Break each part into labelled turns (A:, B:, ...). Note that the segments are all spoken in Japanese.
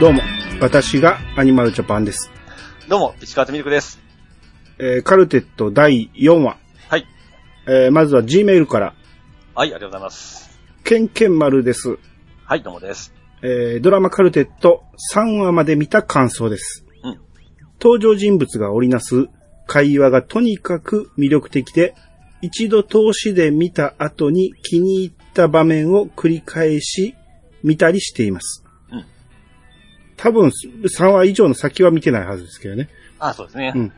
A: どうも、私がアニマルジャパンです。
B: どうも、石川とみるくです。
A: えーカルテット第4話。
B: はい。
A: えーまずは Gmail から、
B: はい、ありがとうございます。
A: ケンケン丸です。
B: はい、どうもです。
A: えードラマカルテット3話まで見た感想です。
B: うん
A: 登場人物が織りなす会話がとにかく魅力的で、一度通しで見た後に気に入った場面を繰り返し見たりしています。
B: うん
A: 多分3話以上の先は見てないはずですけどね。
B: あ、そうですね。
A: うん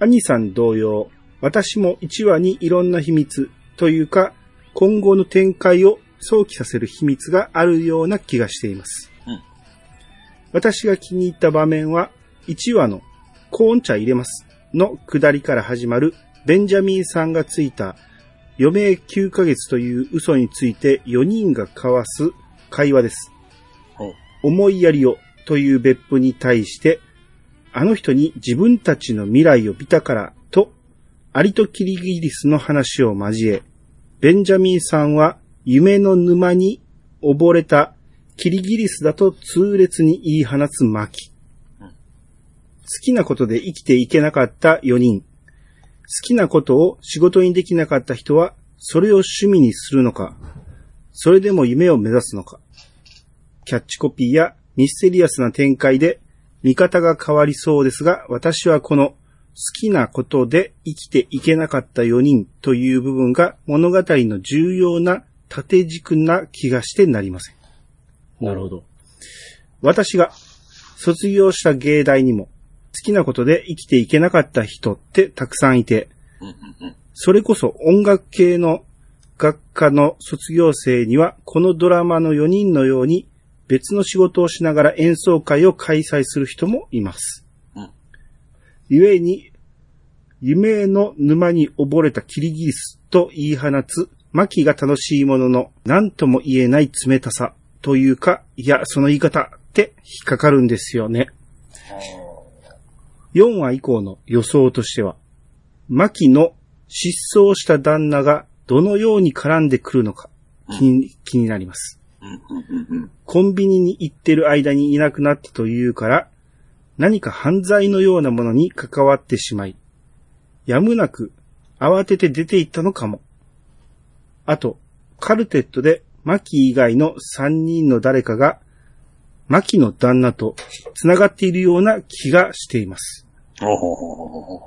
A: 兄さん同様、私も1話にいろんな秘密というか、今後の展開を想起させる秘密があるような気がしています。
B: うん
A: 私が気に入った場面は、1話のコーン茶入れますの下りから始まるベンジャミンさんがついた余命9ヶ月という嘘について4人が交わす会話です。
B: ほう
A: 思いやりをという別府に対して、あの人に自分たちの未来を見たからと、アリとキリギリスの話を交え、ベンジャミンさんは夢の沼に溺れたキリギリスだと痛烈に言い放つマキ。
B: うん
A: 好きなことで生きていけなかった4人。好きなことを仕事にできなかった人は、それを趣味にするのか、それでも夢を目指すのか。キャッチコピーやミステリアスな展開で見方が変わりそうですが、私はこの好きなことで生きていけなかった4人という部分が物語の重要な縦軸な気がしてなりません。なるほど。私が卒業した芸大にも好きなことで生きていけなかった人ってたくさんいて、
B: うん、うん、うん。
A: それこそ音楽系の学科の卒業生には、このドラマの4人のように別の仕事をしながら演奏会を開催する人もいます。
B: うん
A: ゆえに、夢の沼に溺れたキリギリスと言い放つ、マキが楽しいものの、何とも言えない冷たさというか、いや、その言い方って引っかかるんですよね。4話以降の予想としては、マキの失踪した旦那がどのように絡んでくるのか気に気になります。
B: うん、うん、うん、うん。
A: コンビニに行ってる間にいなくなったというから、何か犯罪のようなものに関わってしまい、やむなく慌てて出て行ったのかも。あと、カルテットでマキ以外の3人の誰かが、マキの旦那と繋がっているような気がしています。
B: おほほほほほ。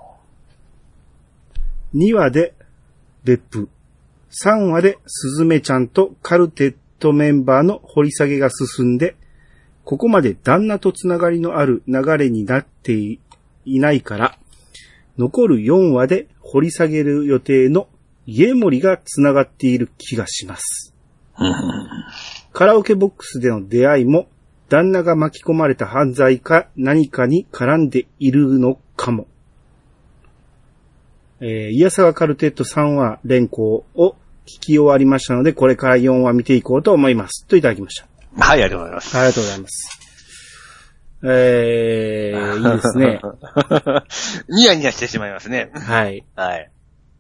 A: 2話で別府、3話でスズメちゃんとカルテットメンバーの掘り下げが進んで、ここまで旦那とつながりのある流れになっていいないから、残る4話で掘り下げる予定の家森がつながっている気がします。
B: うん、うん、
A: カラオケボックスでの出会いも、旦那が巻き込まれた犯罪か何かに絡んでいるのかも。えー、イヤサガカルテット3話連行を聞き終わりましたので、これから4話見ていこうと思います。といただきました。
B: うん。はい、ありがとうございます。
A: ありがとうございます。えー、いいですね。
B: ニヤニヤしてしまいますね。
A: はい。
B: はい。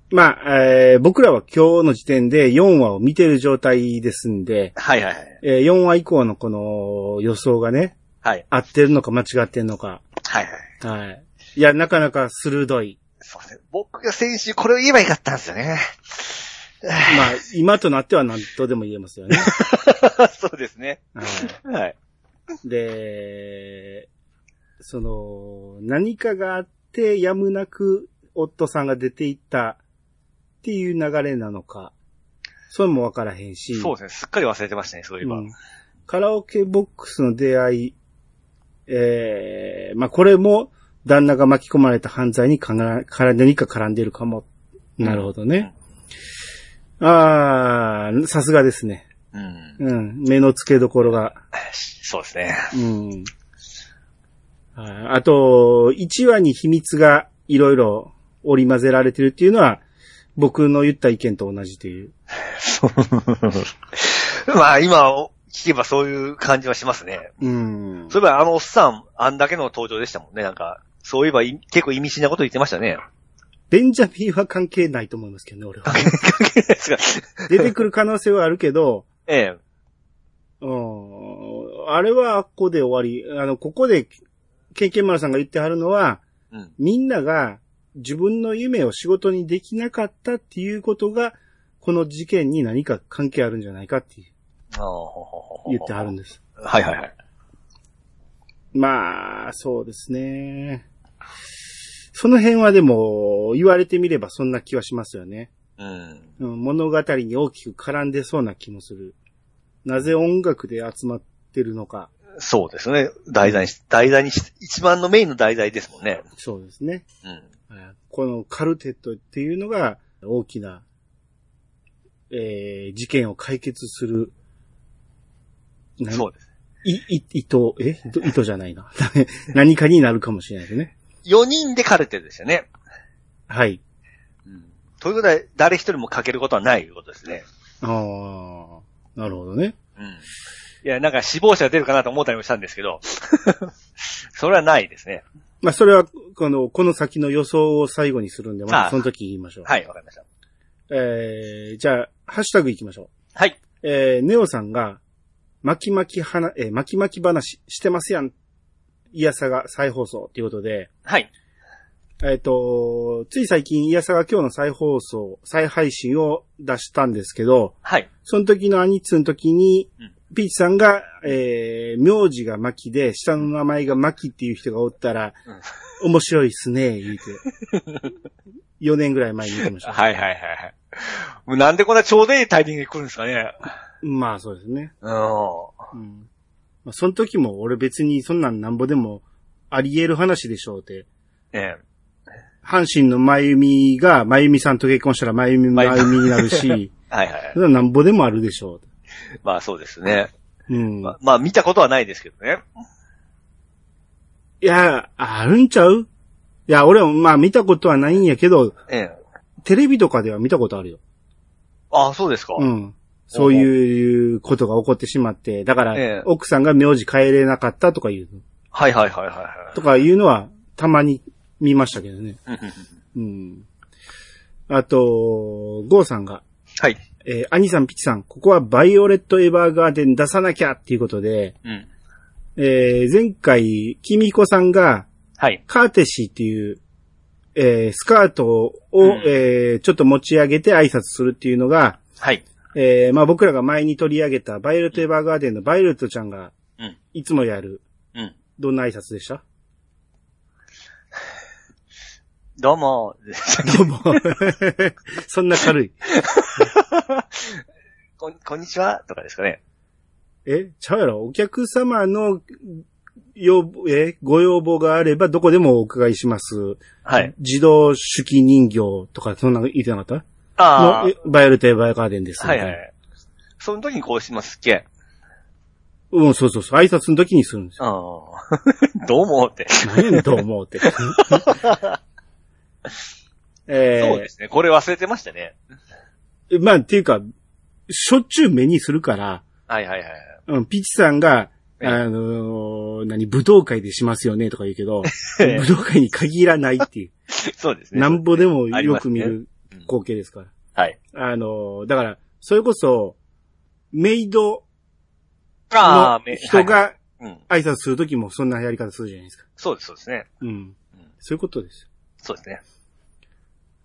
A: まあ、えー、僕らは今日の時点で4話を見てる状態ですんで、
B: はい、はい、はい。
A: えー、4話以降のこの予想がね、
B: はい、
A: 合ってるのか間違ってるのか。
B: はい、はい。
A: はい。いや、なかなか鋭い。
B: すいません。僕が先週これを言えばよかったんですよね。
A: まあ、今となっては何とでも言えますよね。
B: そうですね。
A: は
B: はい。
A: い、で、その、何かがあって、やむなく、夫さんが出ていったっていう流れなのか、それもわからへんし。
B: そうですね。すっかり忘れてましたね、そういえば。
A: うんカラオケボックスの出会い、えー、まあ、これも、旦那が巻き込まれた犯罪にかなから何か絡んでるかも。なるほどね。あー、さすがですね。
B: うん。
A: うん。目の付けどころが。
B: そうですね。
A: う ん。ああと、1話に秘密がいろいろ織り混ぜられてるっていうのは、僕の言った意見と同じという。
B: まあ、今を聞けばそういう感じはしますね。
A: うん。
B: そういえば、あのおっさん、あんだけの登場でしたもんね、なんか。そういえば、い結構意味深なこと言ってましたね。
A: ベンジャミンは関係ないと思いますけどね、俺は。
B: 関係ないですが
A: 出てくる可能性はあるけど、
B: ええ。
A: うんあれは、ここで終わり。あの、ここで、ケンケンマルさんが言ってはるのは、
B: うん。
A: みんなが自分の夢を仕事にできなかったっていうことが、この事件に何か関係あるんじゃないかっていう
B: あーほほほほ
A: 言ってはるんです。
B: はいはいはい。
A: まあ、そうですね。その辺はでも、言われてみればそんな気はしますよね。
B: うん。
A: うん、物語に大きく絡んでそうな気もする。なぜ音楽で集まってるのか。
B: そうですね。題材にし、題材にし、一番のメインの題材ですもんね。
A: そうですね。
B: うん。
A: このカルテットっていうのが大きな、えー、事件を解決する、何
B: そうです。
A: い、い、糸、え糸糸じゃない な。何かになるかもしれないですね。
B: 4人でカルテですよね。
A: はい。
B: うん。ということは、誰一人も欠けることはないということですね。
A: ああ、なるほどね。
B: うん。いや、なんか死亡者が出るかなと思ったりもしたんですけど、 それはないですね。
A: まあ、それは、この、この先の予想を最後にするんで、ま
B: あ
A: た
B: あ
A: その時言いましょう。
B: はい、わかりました。
A: えー、じゃあ、ハッシュタグ行きましょ
B: はい。
A: う。えー、ネオさんが、巻き巻き話、えー、巻き巻き話してますやん。いやさが再放送ということで、
B: はい。
A: えっ、と、つい最近、イヤサが今日の再放送、再配信を出したんですけど、
B: はい。
A: その時のアニッツの時に
B: うん、
A: ピーチさんが、えー、名字がマキで、下の名前がマキっていう人がおったら、面白いっすね、言うて。4年ぐらい前に言ってました。
B: はいはいはいはい。もうなんでこんなちょうどいいタイミングで来るんですかね。
A: まあそうですね。
B: うん。は
A: うん。まあその時も俺別にそんなんなんぼでもあり得る話でしょうって。
B: いえ
A: 阪神の真由美が真由美さんと結婚したら真由美真由美になるし、
B: はいはい
A: そ。んなんなんぼでもあるでしょう。
B: まあそうですね。
A: うん。
B: まあ、まあ見たことはないですけどね。
A: いや、あるんちゃういや、俺もまあ見たことはないんやけど、
B: ええ。
A: テレビとかでは見たことあるよ。
B: ああ、そうですか。
A: うん。そういうことが起こってしまって、だから、
B: ええ
A: 奥さんが名字変えれなかったとかいう、
B: はいはいはいはいはい
A: とかいうのは、たまに見ましたけどね。
B: うんうんうん。
A: うん。あと、ゴーさんが、
B: はい。
A: えー、アニさん、ピチさん、ここはバイオレット・エヴァーガーデン出さなきゃっていうことで、
B: うん。
A: えー、前回、キミコさんが、
B: はい。
A: カーテシーっていう、えースカートを、
B: うん
A: えーちょっと持ち上げて挨拶するっていうのが、
B: はい。
A: えーまあ僕らが前に取り上げたバイオレット・エヴァーガーデンのバイオレットちゃんが
B: うん、
A: いつもやる、
B: うん。
A: どんな挨拶でした
B: どうも。
A: どうも。 そんな軽い。
B: こん、こんにちはとかですかね。
A: えちゃうやろお客様の要望、えご要望があればどこでもお伺いします。
B: はい。
A: 自動手記人形とか、そんなの言ってなかっ
B: あ
A: た
B: あ
A: の。えバイオレット・エヴァーガーデンです。
B: はいはい。その時にこうしますっけ
A: うん、そうそうそう。挨拶の時にするんですよ
B: ああ。どうもって。
A: 何やねんと思うっ て。
B: そう
A: え
B: ですね。これ忘れてましたね。
A: えまあ、っていうか、しょっちゅう目にするから、
B: はいはいはい。
A: うん、ピチさんが、
B: ええ
A: あのー何、武道会でしますよねとか言うけど、
B: ええ
A: 武道会に限らないっていう、
B: そう ですね。
A: なんぼでも
B: あり
A: よ
B: ます
A: く
B: ね
A: 見る
B: うん
A: 光景ですから。
B: はい。
A: あのーだから、それこそ、メイド
B: あ
A: の
B: あ、め
A: 人、
B: はい
A: が
B: うん。
A: 挨拶するときもそんなやり方するじゃないですか。
B: そうです、そうですね。
A: うん
B: うん。
A: そういうことです。
B: そうですね。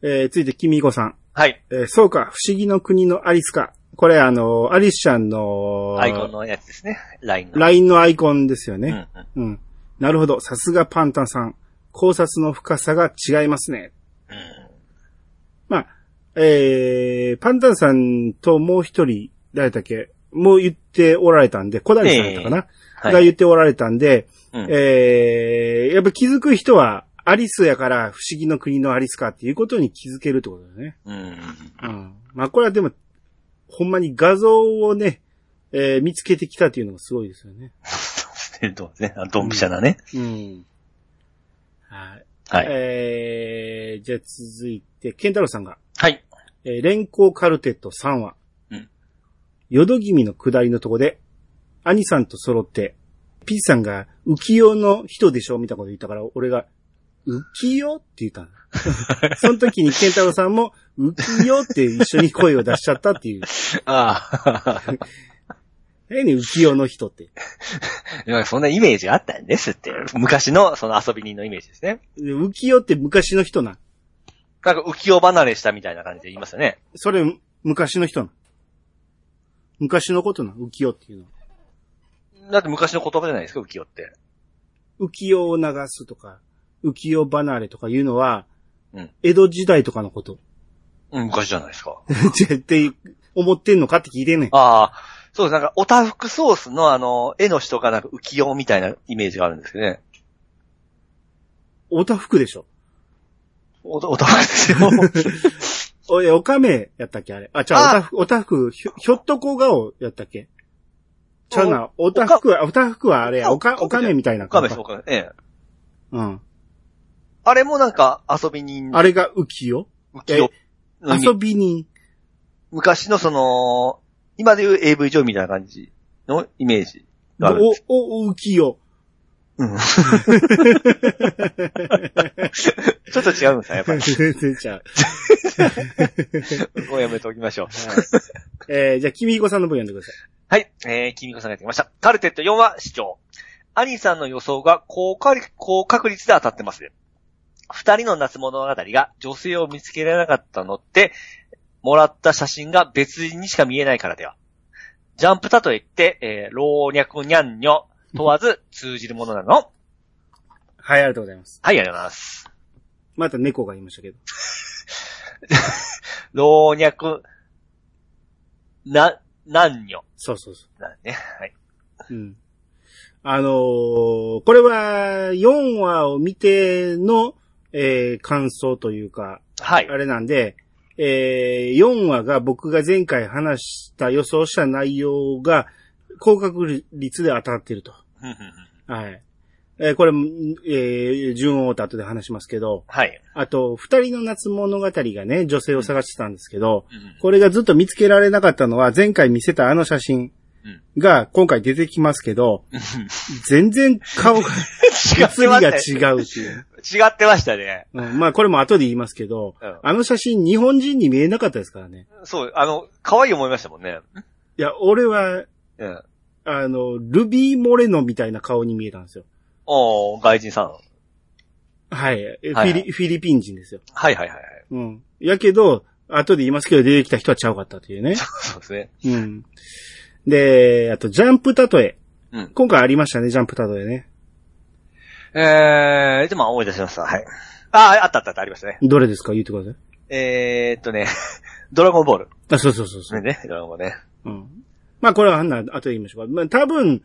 A: えー、ついて、キミイコさん。
B: はい。
A: えーそうか、不思議の国のアリスか。これあの、アリスちゃんの、
B: アイコンのやつですね。LINE の。
A: LINE のアイコンですよ
B: う
A: ね。
B: んうん。
A: うん、なるほど、さすがパンタンさん。考察の深さが違いますね。まあ、えー、パンタンさんともう一人、誰だっけもう言っておられたんで、小谷さんだったかな、
B: は
A: が
B: い。
A: 言っておられたんで、
B: うん
A: えー、やっぱ気づく人は、アリスやから不思議の国のアリスかっていうことに気づけるってことだよね。
B: うん。
A: うん。まあこれはでも、ほんまに画像をね、えー見つけてきたっていうのがすごいですよね。
B: そうですね。どうですね。あドンピシャなね。
A: うん。はい。
B: はい。
A: えー、じゃあ続いて、ケンタロウさんが、
B: はい。
A: えー、連行カルテット3話。
B: うん。
A: 淀気味の下りのとこで、兄さんと揃って、ピーさんが浮世の人でしょみたいなこと言ったから、俺が、浮世って言っ たの。その時にケンタロウさんも、 浮世って一緒に声を出しちゃったっていう。
B: ああ。
A: 何浮世の人って。
B: いやそんなイメージがあったんですって。昔のその遊び人のイメージですね。
A: で浮世って昔の人な。
B: なんか浮世離れしたみたいな感じで言いますよね。
A: それ、昔の人な。昔のことな、浮世っていうのは。
B: だって昔の言葉じゃないですか、浮世って。
A: 浮世を流すとか、浮世離れとかいうのは、
B: うん
A: 江戸時代とかのこと。
B: うん、昔じゃないですか。
A: って思ってんのかって聞いてんねん。
B: ああ、そうです。なんか、オタフクソースのあの、絵の人がなんか浮世みたいなイメージがあるんですけどね。
A: おたふくでしょ。
B: オタオタフクですよ。
A: お、え、おかめやったっけあれ。あ、ちゃう、お
B: あ
A: たふく、おたふく、ひょ、ひょっとこ顔やったっけちゃうな、おたふくは、おたふくはあれや、お
B: おか
A: か、おかめみたいな
B: 岡
A: 顔
B: 部
A: か
B: さん、岡部さんええ。
A: うん。
B: あれもなんか、遊び人、
A: あれが浮世
B: 浮世の意味
A: 遊び人。
B: 昔のその、今で言う AV 上みたいな感じのイメージがあるんです。
A: お、お、浮世。
B: うん。 ちょっと違うんですよ、やっぱり。
A: 全然ちゃう。
B: ここうやめておきま しょう。
A: はいえーじゃあ、君彦さんの分読んでください。
B: はい。えー、君子さんがやってきました。カルテット4は市長。アニさんの予想が高確率高確率で当たってますね。二人の夏物語が女性を見つけられなかったのって、もらった写真が別人にしか見えないからでは。ジャンプだと言って、えー、老若にゃんにょ問わず通じるものなのは
A: はい、
B: い、
A: ありがとうございます。
B: ありがとうございます。
A: また猫が言いましたけど。
B: 老若、な、なんにょ。
A: そうそうそ
B: なんね。はい。
A: う。うん。あのーこれは、4話を見ての、えー感想というか、
B: はい。
A: あれなんで、えー、4話が僕が前回話した予想した内容が高確率で当たってると。
B: ふんふんふん
A: はい。えーこれ、えー順を追った後で話しますけど、
B: はい。
A: あと、二人の夏物語がね、女性を探してたんですけど、
B: うんうん
A: これがずっと見つけられなかったのは前回見せたあの写真が今回出てきますけど、全然顔が、写りが違うし、
B: 違ってましたね。
A: うんまあこれも後で言いますけど、
B: うん
A: あの写真日本人に見えなかったですからね。
B: そう、あの、可愛い思いましたもんね。
A: いや、俺は、
B: うん。
A: あの、ルビー・モレノみたいな顔に見えたんですよ。
B: おー外人さん。
A: はい。え
B: はい
A: フィリフィリピン人ですよ。
B: はいはいはい はい。
A: うん。やけど、後で言いますけど、出てきた人はちゃうかったというね。
B: そうですね。
A: うん。で、あと、ジャンプたとえ。
B: うん
A: 今回ありましたね、ジャンプたとえね。
B: えー、でも思い出しました。はい。あー、あったあったあった、ありましたね。
A: どれですか言ってください。
B: えーっとね、 ドラゴンボール。
A: あ、そうそうそうそう。
B: ね、ドラゴンボールね。
A: うん。まあ、これはあんな、後で言いましょうか。まあ、多分、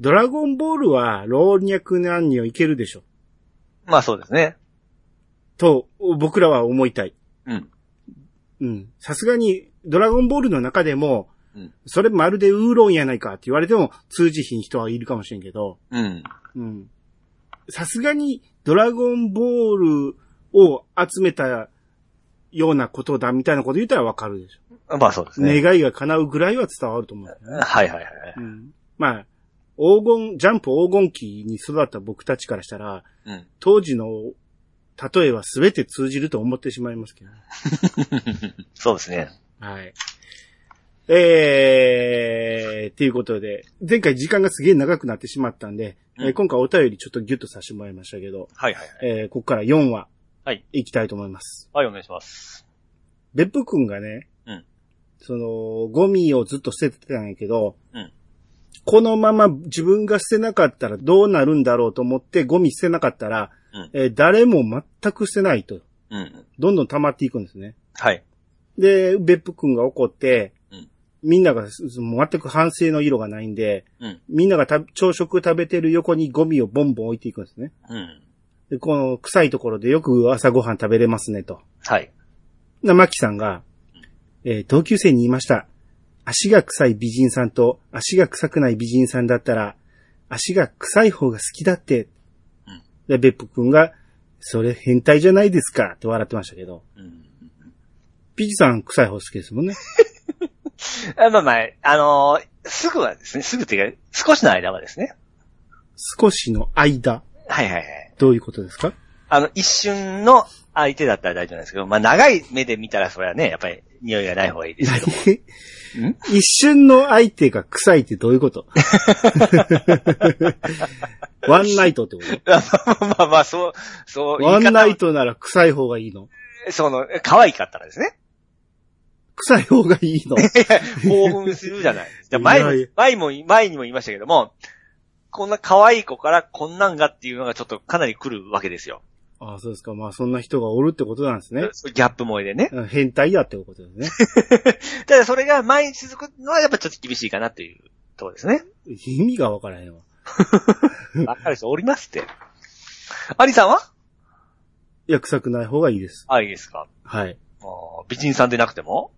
A: ドラゴンボールは、老若男女いけるでしょ。
B: まあそうですね。
A: と、僕らは思いたい。
B: うん。
A: うん。さすがに、ドラゴンボールの中でも、
B: うん
A: それまるでウーロンやないかって言われても通じひん人はいるかもしれんけど、
B: うん。
A: うん。さすがに、ドラゴンボールを集めたようなことだみたいなこと言ったらわかるでしょ。
B: まあそうですね。
A: 願いが叶うぐらいは伝わると思う。
B: はいはいはいはい。
A: うん。まあ、黄金、ジャンプ黄金期に育った僕たちからしたら、
B: うん。
A: 当時の例えは全て通じると思ってしまいますけど。
B: そうですね。
A: はい。えー、っていうことで、前回時間がすげえ長くなってしまったんで、
B: うん
A: えー今回お便りちょっとギュッとさせてもらいましたけど、
B: はいはいはい。
A: えー、ここから4話、
B: はい。
A: いきたいと思います。
B: はい、お願いします。
A: 別府くんがね、
B: うん
A: その、ゴミをずっと捨ててたんやけど、
B: うん
A: このまま自分が捨てなかったらどうなるんだろうと思ってゴミ捨てなかったら、
B: うん
A: えー誰も全く捨てないと、
B: うん。
A: どんどん溜まっていくんですね。
B: はい。
A: で、別府くんが怒って、
B: うん
A: みんながすもう全く反省の色がないんで、
B: うん
A: みんながた朝食食べてる横にゴミをボンボン置いていくんですね。
B: うん。
A: で、この臭いところでよく朝ごはん食べれますねと。
B: はい。
A: な、マキさんが、えー同級生に言いました。足が臭い美人さんと足が臭くない美人さんだったら、足が臭い方が好きだって。
B: うん
A: で、別府くんが、それ変態じゃないですかって笑ってましたけど、
B: うん。
A: ピジさん臭い方好きですもんね。
B: あまあまあ、あのーすぐはですね、すぐっていうか、少しの間はですね。
A: 少しの間。
B: はいはいはい。
A: どういうことですか
B: あの、一瞬の相手だったら大丈夫なんですけど、まあ、長い目で見たら、それはね、やっぱり匂いがない方がいいですけど も。ん
A: 一瞬の相手が臭いってどういうこと ワンナイトってこ
B: まあ まあまあまあ、そう、そう、
A: とワンナイ
B: ト。
A: トなら臭い方がいいの
B: その、可愛かったらですね。
A: 臭い方がいいの
B: 興奮するじゃない。じゃあ前も
A: いやいや、
B: 前も、前にも言いましたけども、こんな可愛い子からこんなんがっていうのがちょっとかなり来るわけですよ。
A: ああ、そうですか。まあそんな人がおるってことなんですね。
B: ギャップ萌えでね。
A: うん変態だってことですね。
B: ただそれが毎日続くのはやっぱちょっと厳しいかなっていうところですね。
A: 意味がわからへんわ。
B: わかる人おりますって。アリさんはい
A: や、臭くない方がいいです。
B: あ、いいですか。
A: はい。
B: あー美人さんでなくても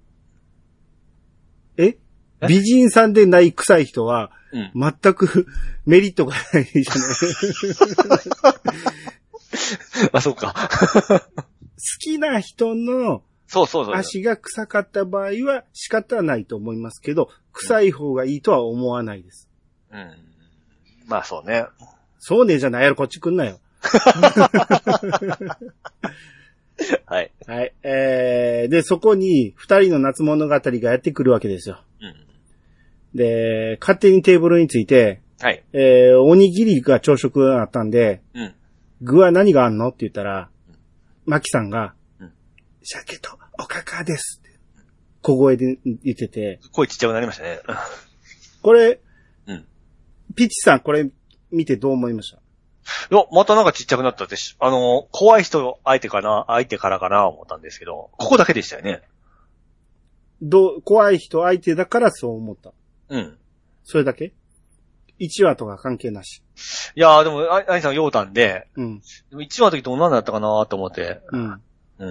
A: え
B: え
A: 美人さんでない臭い人は、
B: うん。
A: 全く メリットがないじゃない。
B: あ、そうか。
A: 好きな人の
B: そうそうそう。
A: 足が臭かった場合は仕方ないと思いますけど、臭い方がいいとは思わないです。
B: うん。まあそうね。
A: そうねじゃないやろ、こっち来んなよ。
B: はい。
A: はい。えー、で、そこに二人の夏物語がやってくるわけですよ。
B: うん。
A: で、勝手にテーブルについて、
B: はい。
A: えー、おにぎりが朝食だったんで、
B: うん。
A: 具は何があんのって言ったら
B: うん、
A: マキさんが
B: うん、
A: 鮭とおかかですって。小声で言ってて、
B: 声ちっちゃくなりましたね。
A: これ、
B: うん
A: ピッチさんこれ見てどう思いました
B: いや、またなんかちっちゃくなったってし、あの、怖い人相手かな、相手からかな、思ったんですけど、ここだけでしたよね。
A: どう、怖い人相手だからそう思った。
B: うん。
A: それだけ ?1 話とか関係なし。
B: いやーでも、あ兄さん用たんで、
A: うん。
B: でも一話の時どんなんだったかなと思って、
A: うん。
B: う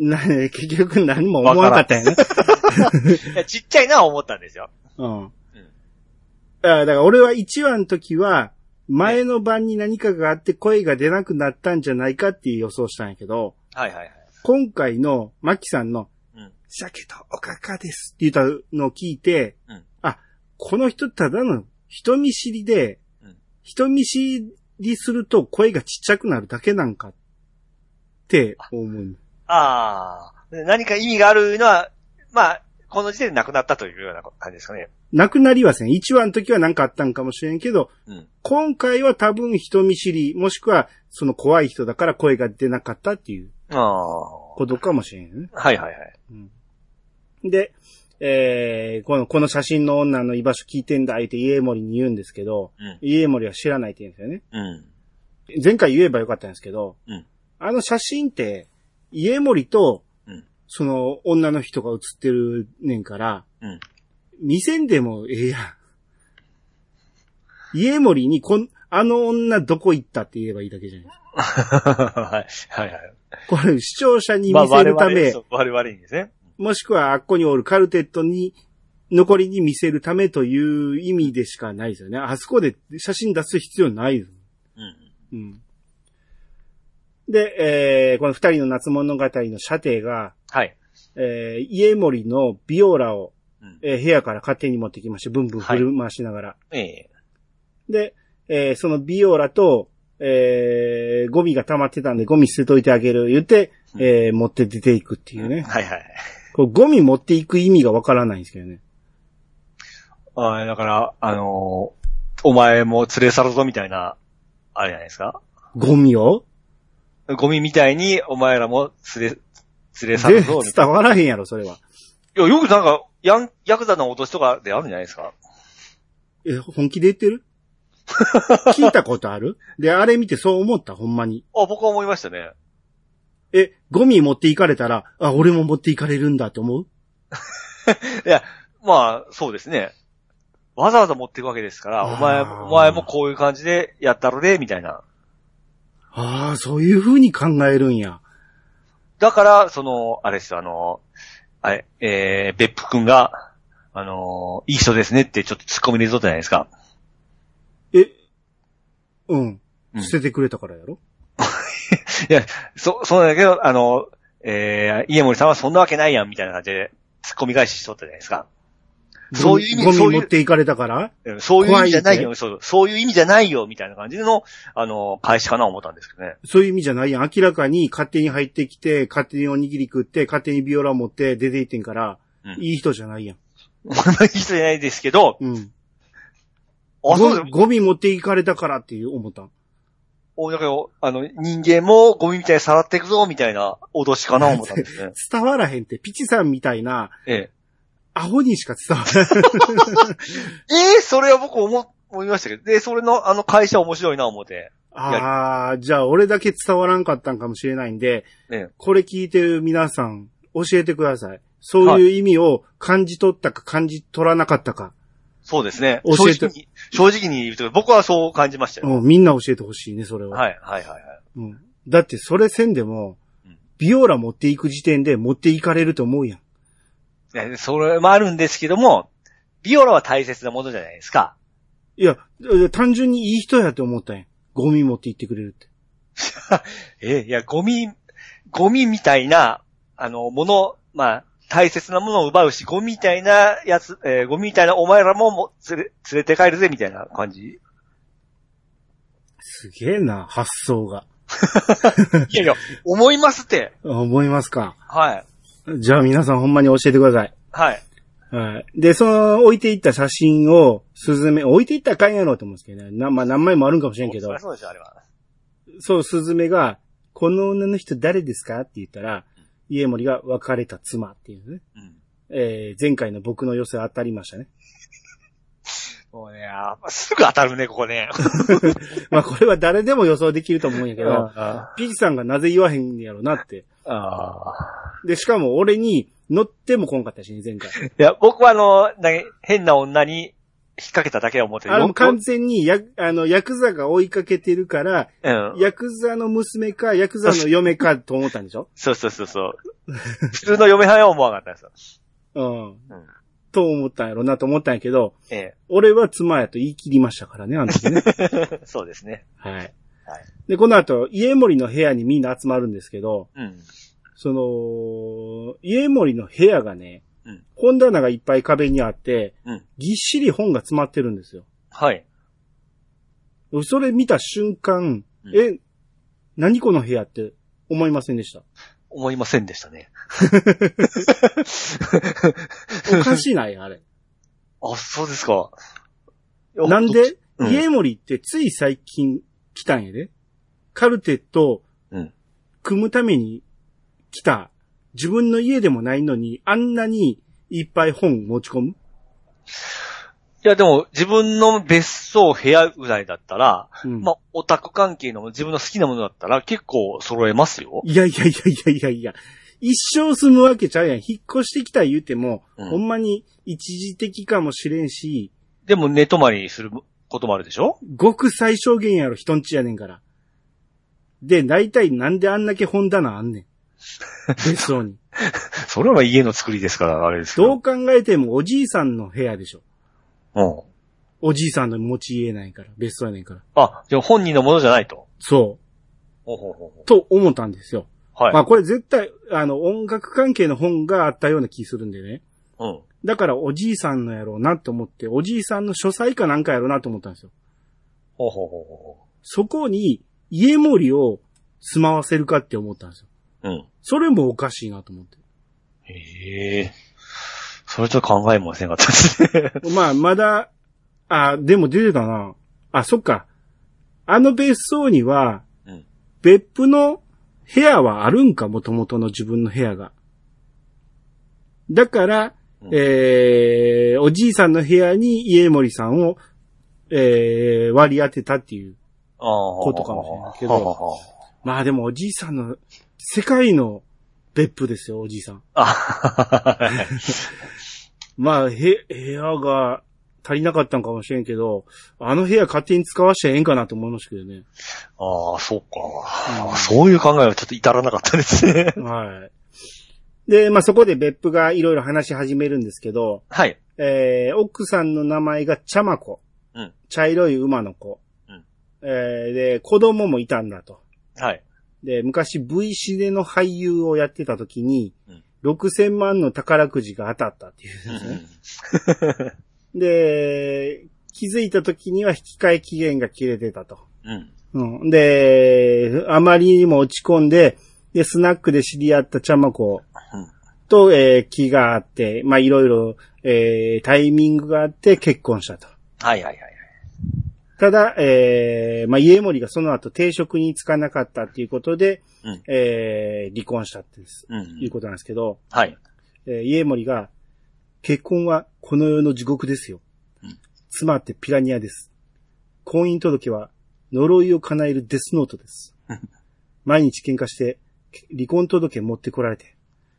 B: ん。
A: な、結局何も思わなかったよね。
B: いや、ちっちゃいな、思ったんですよ。
A: うん。あだから俺は1話の時は、前の晩に何かがあって声が出なくなったんじゃないかっていう予想したんやけど、
B: はいはいはい。
A: 今回のマキさんの
B: うん、
A: 鮭とおかかですって言ったのを聞いて、
B: うん
A: あ、この人ただの人見知りで、
B: うん
A: 人見知りすると声がちっちゃくなるだけなんかって思う。
B: あー、で何か意味があるのは、まあ、この時点でなくなったというような感じですかね。
A: なくなりはせん。1話の時は何かあったんかもしれんけど、
B: うん。
A: 今回は多分人見知り、もしくはその怖い人だから声が出なかったっていう
B: あー。は
A: ことかもしれんよね。
B: いはいはい。
A: うんで、えー、この、この写真の女の居場所聞いてんだ、言って家森に言うんですけど、
B: うん。
A: 家森は知らないって言うんですよね。
B: うん。
A: 前回言えばよかったんですけど、
B: うん
A: あの写真って、家森と、
B: うん
A: その女の人が写ってるねんから、
B: うん
A: 見せんでもええやん。家森にこん、あの女どこ行ったって言えばいいだけじゃないですか。
B: はいはいはい。
A: これ視聴者に
B: まあ
A: 見せるた
B: 我々
A: め、
B: そう我々にですね。
A: もしくはあっこにおるカルテットに、残りに見せるためという意味でしかないですよね。あそこで写真出す必要ないです。う
B: うん。
A: ん。で、えー、この二人の夏物語の射程が、
B: はい。
A: えー、家森のビオラを、
B: うん
A: えー部屋から勝手に持ってきまして、ブンブン振る回しながら。
B: ええ。
A: で、えー、そのビオラと、えー、ゴミが溜まってたんで、ゴミ捨てといてあげる、言って、
B: うん
A: えー、持って出ていくっていうね。
B: はいはい。
A: これゴミ持っていく意味がわからないんですけどね。
B: ああ、だから、あのーお前も連れ去るぞみたいな、あれじゃないですか。
A: ゴミを
B: ゴミみたいにお前らも連れ、連れ去る
A: で
B: ぞみたい
A: 伝わらへんやろ、それは。
B: な。いや、よくなんか、ヤン、ヤクザの脅しとかであるんじゃないですか。
A: え、本気で言ってる聞いたことあるで、あれ見てそう思った、ほんまに。
B: あ、僕は思いましたね。
A: え、ゴミ持っていかれたら、あ、俺も持っていかれるんだと思う
B: いや、まあ、そうですね。わざわざ持っていくわけですから、お前、
A: あー
B: お前もこういう感じでやったろで、みたいな。
A: ああ、そういう風に考えるんや。
B: だから、その、あれですよ、あの、あれ、えー、別府くんが、あのーいい人ですねってちょっと突っ込み入れとったじゃないですか。
A: え、うん
B: う。ん
A: 捨ててくれたからやろ、
B: いや、そ、そうだけど、あの、えー、家森さんはそんなわけないやん、みたいな感じで、突っ込み返ししとったじゃないですか。そういう意
A: ゴ
B: 味、
A: ミ
B: そうい
A: 持っ
B: う、
A: ていかれたから
B: うんそういう意味じゃない
A: 怖
B: よ、そう、そういう意味じゃないよ、みたいな感じの、あの、返しかな思ったんですけどね。
A: そういう意味じゃないやん。明らかに勝手に入ってきて、勝手におにぎり食って、勝手にビオラ持って出て行ってんから、
B: うん
A: いい人じゃないやん。
B: いい人じゃないですけど、
A: うん。
B: あ、そうです
A: ゴミゴミ持っていかれたからっていう思ったん。。
B: お、だけど、あの、人間もゴミみたいにさらっていくぞ、みたいな脅しかな思ったんですね
A: 伝わらへんって、ピチさんみたいな、
B: ええ。
A: アホにしか伝わらへん。
B: ええそれは僕思、思いましたけど。で、それの、あの会社面白いな思って。
A: ああ、じゃあ俺だけ伝わらんかったんかもしれないんで、
B: ええ
A: これ聞いてる皆さん、教えてください。そういう意味を感じ取ったか感じ取らなかったか。
B: そうですね。
A: 教えて
B: 正直に、正直に言うと、僕はそう感じましたよ。
A: うん、みんな教えてほしいね、それは。
B: はい、はい、はいはい。
A: うん、だってそれせんでも
B: うん、
A: ビオラ持っていく時点で持っていかれると思うやん。
B: いやそれもあるんですけども、ビオラは大切なものじゃないですか。
A: いや、え単純にいい人やと思ったんやん。ゴミ持って行ってくれるって。
B: え、いや、ゴミ、ゴミみたいな、あの、もの、まあ、大切なものを奪うし、ゴミみたいなやつ、えーゴミみたいなお前らもも連れ、連れて帰るぜ、みたいな 感じ。い
A: すげえな、発想が。
B: やいや、思いますって。
A: あ思いますか。
B: はい。
A: じゃあ皆さんほんまに教えてください。
B: はい。
A: はい。で、その置いていった写真を、スズメ、置いていったらあかんやろうと思うんですけどね。な、まあ何枚もあるんかもしれんけ
B: そ
A: ど
B: りゃ、そうでしょ、あれは。
A: そう、スズメが、この女の人誰ですかって言ったら、家森が別れた妻っていうね。
B: うん。
A: えー、前回の僕の寄せ当たりましたね。
B: もうね、あすぐ当たるね、ここね。
A: まあこれは誰でも予想できると思うんやけど、
B: あ
A: ピチさんがなぜ言わへんやろなって。
B: あ。
A: で、しかも俺に乗ってもこんかったしね、前回。
B: いや、僕はあの、な変な女に引っ掛けただけを思って
A: あの、
B: よ
A: 完全にや、あの、ヤクザが追いかけてるから、
B: うん。
A: ヤクザの娘か、ヤクザの嫁かと思ったんでしょ
B: そうそうそうそう。普通の嫁はんは思わなかったんですよ。
A: うん。と思ったんやろなと思ったんやけど、
B: え
A: 俺は妻やと言い切りましたからね、あの 時ね。
B: え。そうですね。
A: はい。で、この後、家森の部屋にみんな集まるんですけど、
B: うん。
A: その、家森の部屋がね、
B: うん
A: 本棚がいっぱい壁にあって、
B: うん
A: ぎっしり本が詰まってるんですよ。
B: はい。
A: それ見た瞬間、
B: うん
A: え、何この部屋って思いませんでした。
B: 思いませんでし たね。
A: おかしない、あれ。
B: あ、そうですか。
A: なんで、
B: うん
A: 家森ってつい最近来たんやで。カルテと
B: うん、
A: 組むために来た、自分の家でもないのに、あんなにいっぱい本持ち込む
B: いや、でも、自分の別荘部屋ぐらいだったら、
A: うん
B: まあ、オタク関係の自分の好きなものだったら、結構揃えますよ。
A: いやいやいやいやいやいや。一生住むわけちゃうやん。引っ越してきた言うても、
B: うん
A: ほんまに一時的かもしれんし、
B: でも、寝泊まりすることもあるでしょ
A: ごく最小限やろ、人んちやねんから。で、大体なんであんだけ本棚あん ねん。別荘に。
B: それは家の作りですから、あれですけ
A: ど
B: ど。
A: う考えてもおじいさんの部屋でしょ。
B: うん。
A: おじいさんの持ち家ないから、別荘やねんから。
B: あ、じゃあ本人のものじゃないと。
A: そ
B: ほうほうほうほ
A: う。と思ったんですよ。
B: うはい。
A: まあこれ絶対、あの、音楽関係の本があったような気するんでね。
B: うん。
A: だからおじいさんのやろうなと思って、おじいさんの書斎かなんかやろうなと思ったんですよ。
B: ほうほうほうほ
A: そこに家森を住まわせるかって思ったんですよ。
B: う。うん。
A: それもおかしいなと思って。
B: へえ。それちょっと考えもせんかったです ね。
A: まあまだ、あ、でも出てたな。あ、そっか。あの別荘には
B: うん、
A: 別府の部屋はあるんか、もともとの自分の部屋が。だから、
B: うん
A: えー、おじいさんの部屋に家森さんを、えー、割り当てたっていう。
B: ああ。
A: ことかもしれないけど
B: ははは
A: まあでもおじいさんの、世界の別府ですよ、おじいさん。
B: あは
A: まあ、へ、部屋が足りなかったんかもしれんけど、あの部屋勝手に使わしてええんかなと思いましたけどね。
B: はああ、そうか、
A: うん
B: そういう考えはちょっと至らなかったですね。
A: はい。で、まあそこで別府がいろいろ話し始めるんですけど、
B: はい。
A: えー、奥さんの名前がちゃまこ。
B: うん
A: 茶色い馬の子。
B: うん
A: えー、で、子供もいたんだと。
B: はい。
A: で、昔 V シネの俳優をやってた時に、
B: うん
A: 6000万の宝くじが当たったっていう
B: う
A: やつね。
B: ん
A: で、気づいた時には引き換え期限が切れてたと。
B: うん。
A: うん。で、あまりにも落ち込んで、で、スナックで知り合ったちゃま子と、えー気があって、まあ、いろいろ、えータイミングがあって結婚したと。
B: はいはいはい。
A: ただ、えーまあ、家森がその後定職に就かなかったっていうことで、
B: うん
A: えー離婚したってです、
B: う。
A: いうんことなんですけど、
B: はい。
A: えー家森が、結婚はこの世の地獄ですよ
B: うん。
A: 妻ってピラニアです。婚姻届は呪いを叶えるデスノートです
B: うん。
A: 毎日喧嘩して、離婚届持ってこられて、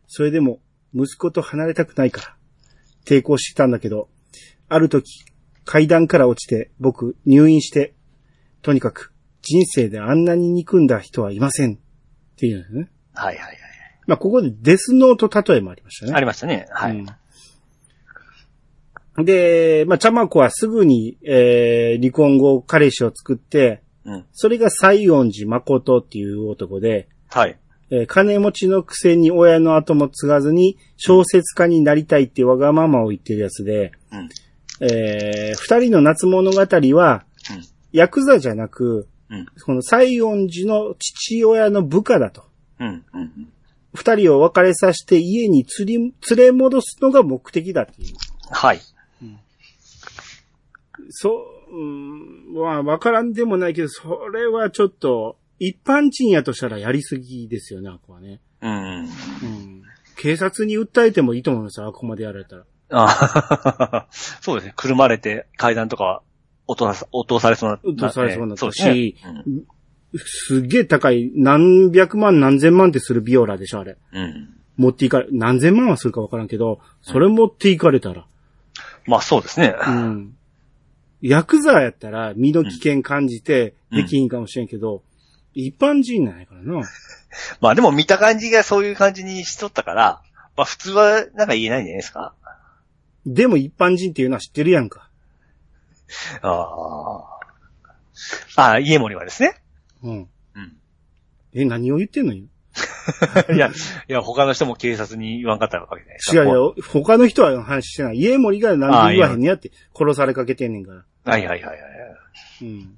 A: それでも息子と離れたくないから、抵抗してたんだけど、ある時、階段から落ちて僕入院して、とにかく人生であんなに憎んだ人はいません。っていうのね。
B: はいはいはい。
A: まあ、ここでデスノート例えもありましたね
B: あ。りましたね。は
A: う
B: い。
A: んで、まあ、ちゃまこはすぐに、えー、離婚後、彼氏を作って、
B: うん。
A: それが西園寺誠っていう男で、
B: はい。
A: えー金持ちのくせに親の後も継がずに小説家になりたいってわがままを言ってるやつで、
B: うん。
A: えー二人の夏物語は、
B: うん
A: ヤクザじゃなく、
B: うん
A: この西園寺の父親の部下だと。
B: うん。うん。
A: 二人を別れさせて家に釣り、連れ戻すのが目的だっていう。
B: はい。
A: そう、うん、まあ、わからんでもないけど、それはちょっと、一般人やとしたらやりすぎですよね、あこはね。
B: うん。
A: うん。警察に訴えてもいいと思いますよ、あこまでやられたら。
B: あそうですね。くるまれて階段とか落とさ、落とされそうな。
A: 落とされそうになったし
B: そうですね
A: すっげえ高い、何百万何千万ってするビオラでしょ、あれ。
B: うん。うん
A: 持っていかれ、何千万はするかわからんけど、それ持っていかれたら。
B: まあそうですね。
A: うん。ヤクザやったら身の危険感じてできんかもしれんけど、一般人なんやからな。
B: まあでも見た感じがそういう感じにしとったから、まあ普通はなんか言えないんじゃないですか。
A: でも一般人っていうのは知ってるやんか。
B: ああ。ああ、家森はですね。
A: うん。
B: うん。
A: え、何を言ってんのよ。
B: いや、いや、他の人も警察に言わんかったわけじゃないです
A: 違
B: か。
A: う
B: も
A: よ。他の人は話してない。家森が何で言わへんねやって殺されかけてんねんから。
B: はいはいはいは
A: う
B: い。
A: ん。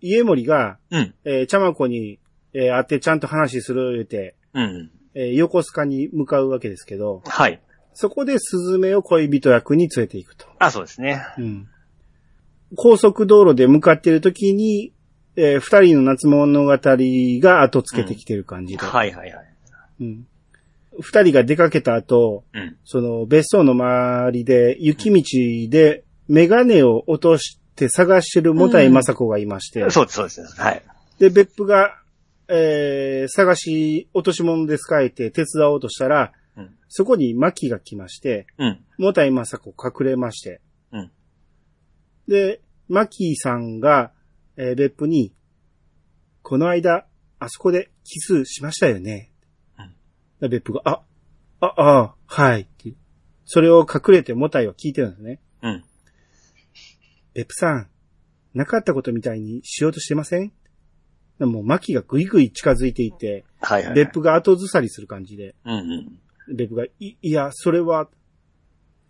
A: 家森が、
B: うん。
A: えー、ちゃまこに、えー会ってちゃんと話する言うて、
B: うん。
A: えー横須賀に向かうわけですけど、
B: はい。
A: そこでスズメを恋人役に連れていくと。
B: あ、そうですね。
A: うん。高速道路で向かってる時に、えー二人の夏物語が後つけてきてる感じで。
B: はいはいはい。
A: うん。二人が出かけた後、
B: うん。
A: その別荘の周りで雪道でメガネを落として探してるもたいまさこがいまして、
B: そうです、そうです。はい。
A: で、別府が、えー、探し、落とし物ですかいて手伝おうとしたら、
B: うん
A: そこにマキが来まして、
B: うん。
A: もたいまさこ隠れまして、
B: うん
A: で、マキさんが、えー別府に、この間、あそこでキスしましたよね。
B: うん
A: で別府が、あ、あ、ああ、はいって。それを隠れてもたいは聞いてるんですね。
B: うん。
A: 別府さん、なかったことみたいにしようとしてませんでもう、マキがぐいぐい近づいていって、
B: はいはいはい。
A: 別府が後ずさりする感じで。
B: うんうん。
A: 別府が、い、いや、それは、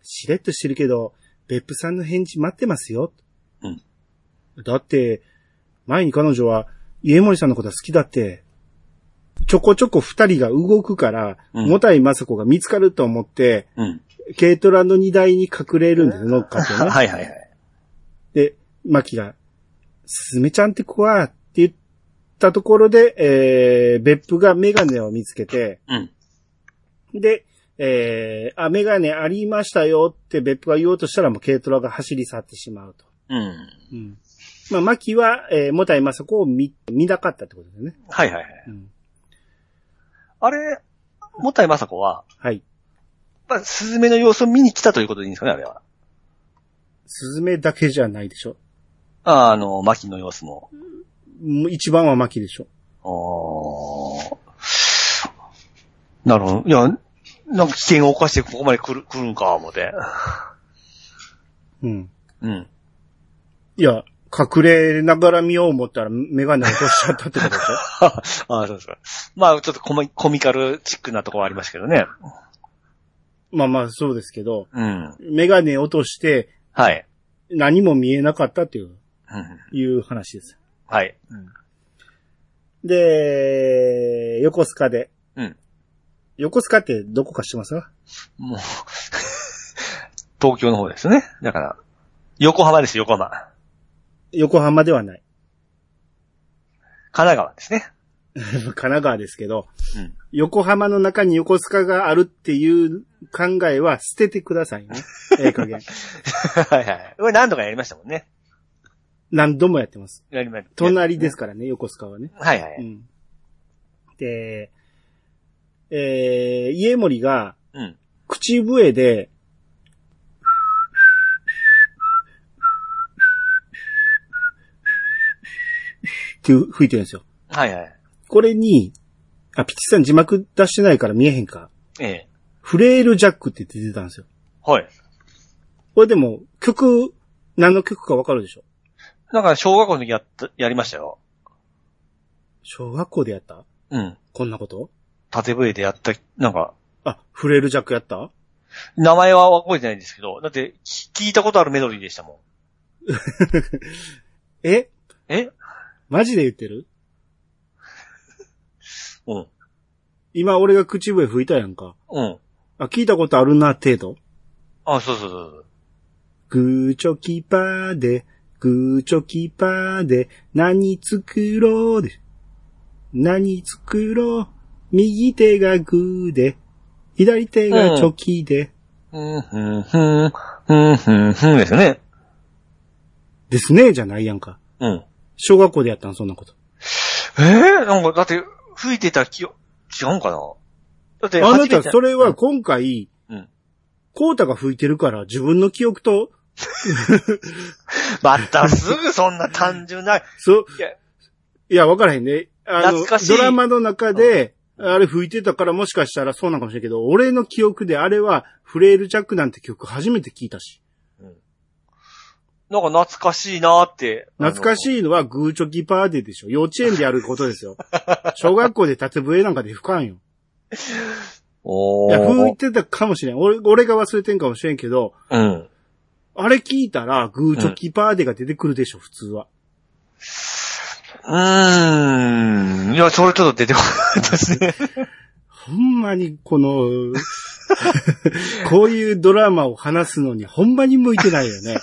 A: しれっとしてるけど、別府さんの返事待ってますよ。
B: うん。
A: だって、前に彼女は、家森さんのことは好きだって、ちょこちょこ二人が動くから、
B: うん
A: もたいまさこが見つかると思って、
B: うん。
A: 軽トラの荷台に隠れるんですよ、乗っかって
B: は
A: ね。
B: はいはいはい。
A: で、マキが、すずめちゃんって子は、って言ったところで、えー、別府がメガネを見つけて、
B: うん。
A: で、えー、あ、メガネありましたよって別府が言おうとしたらもう軽トラが走り去ってしまうと。
B: うん。
A: うん。まあ、マキは、えー、もたいまさこを見、見なかったってことですね。
B: はいはいはい。
A: うん。
B: あれ、もたいまさこは、
A: はい。
B: まあ、スズメの様子を見に来たということでいいんですかね、あれは。
A: すずめだけじゃないでしょ。
B: ああの、マキの様子も。
A: もう一番はマキでしょ。
B: あーなるほど。いや、なんか危険を犯してここまで来る、来るんか、思って。
A: うん。
B: うん。
A: いや、隠れながら見よう思ったらメガネ落としちゃったってことでしょ
B: あ あ、そうですか。まあ、ちょっとコミコミカルチックなところはありましたけどね。
A: まあまあそうですけど、
B: うん。
A: メガネ落として
B: はい。
A: 何も見えなかったっていう、
B: うん、
A: いう話です。
B: はい。
A: で、横須賀で。
B: うん
A: 横須賀ってどこかしてますか
B: もう、東京の方ですね。だから、横浜です、横浜。
A: 横浜ではない。
B: 神奈川ですね。
A: 神奈川ですけど、
B: うん
A: 横浜の中に横須賀があるっていう考えは捨ててくださいね。ええ加 減。
B: はいはい。これ何度かやりましたもんね。
A: 何度もやってます。
B: やりました。
A: 隣ですからね、横須賀はね。
B: はいは
A: う
B: い。
A: ん。で、えー、家森が
B: うん。
A: 口笛で、って吹いてるんですよ。
B: はいはい。
A: これに、あ、ピチさん字幕出してないから見えへんか。
B: ええ。
A: フレールジャックって出てたんですよ。
B: はい。
A: これでも、曲、何の曲かわかるでしょ
B: だから、小学校の時やった、やりましたよ。
A: 小学校でやった
B: うん。
A: こんなこと
B: 縦笛でやった、なんか、
A: あ、フレールジャックやった
B: 名前は覚えてないんですけど、だって、き聞いたことあるメロディーでしたもん。
A: え
B: え
A: マジで言ってる
B: うん。
A: 今俺が口笛吹いたやんか。
B: うん。
A: あ、聞いたことあるな、程度。
B: あ、そうそうそう
A: グーチョキパーで、グーチョキパーで、何作ろうで、何作ろう。右手がグーで、左手がチョキで、
B: そう。うん、ふん、ふん、ふん、ふん、ふんですよね。
A: ですね、じゃないやんか。
B: うん。
A: 小学校でやったん、そんなこと。
B: えー、なんか、だって、吹いてた気を、違うんかなだって、
A: あ
B: 初
A: な
B: めて
A: た、それは、今回、
B: うん。
A: コータが吹いてるから、自分の記憶と、
B: またすぐそんな単純な、
A: そ
B: いや、
A: いや、わからへんね。あの
B: 懐かしい
A: ドラマの中で、あれ吹いてたからもしかしたらそうなのかもしれんけど、俺の記憶であれは、フレールジャックなんて曲初めて聞いたし。
B: なんか懐かしいなーって。
A: 懐か
B: い。
A: しいのはグーチョキパーデーでしょ。幼稚園でやることです よ。小学校で縦笛なんかで吹かんよ。い
B: お
A: や、吹い
B: ー。
A: てたかもしれん。俺、俺が忘れてんかもしれんけど、
B: うん。
A: あれ聞いたら、グーチョキパーデーが出てくるでしょ、普通は。
B: うーん。いや、それちょっと出てこないですね。
A: ほんまに、こ の、こういうドラマを話すのに、ほんまに向いてないよね。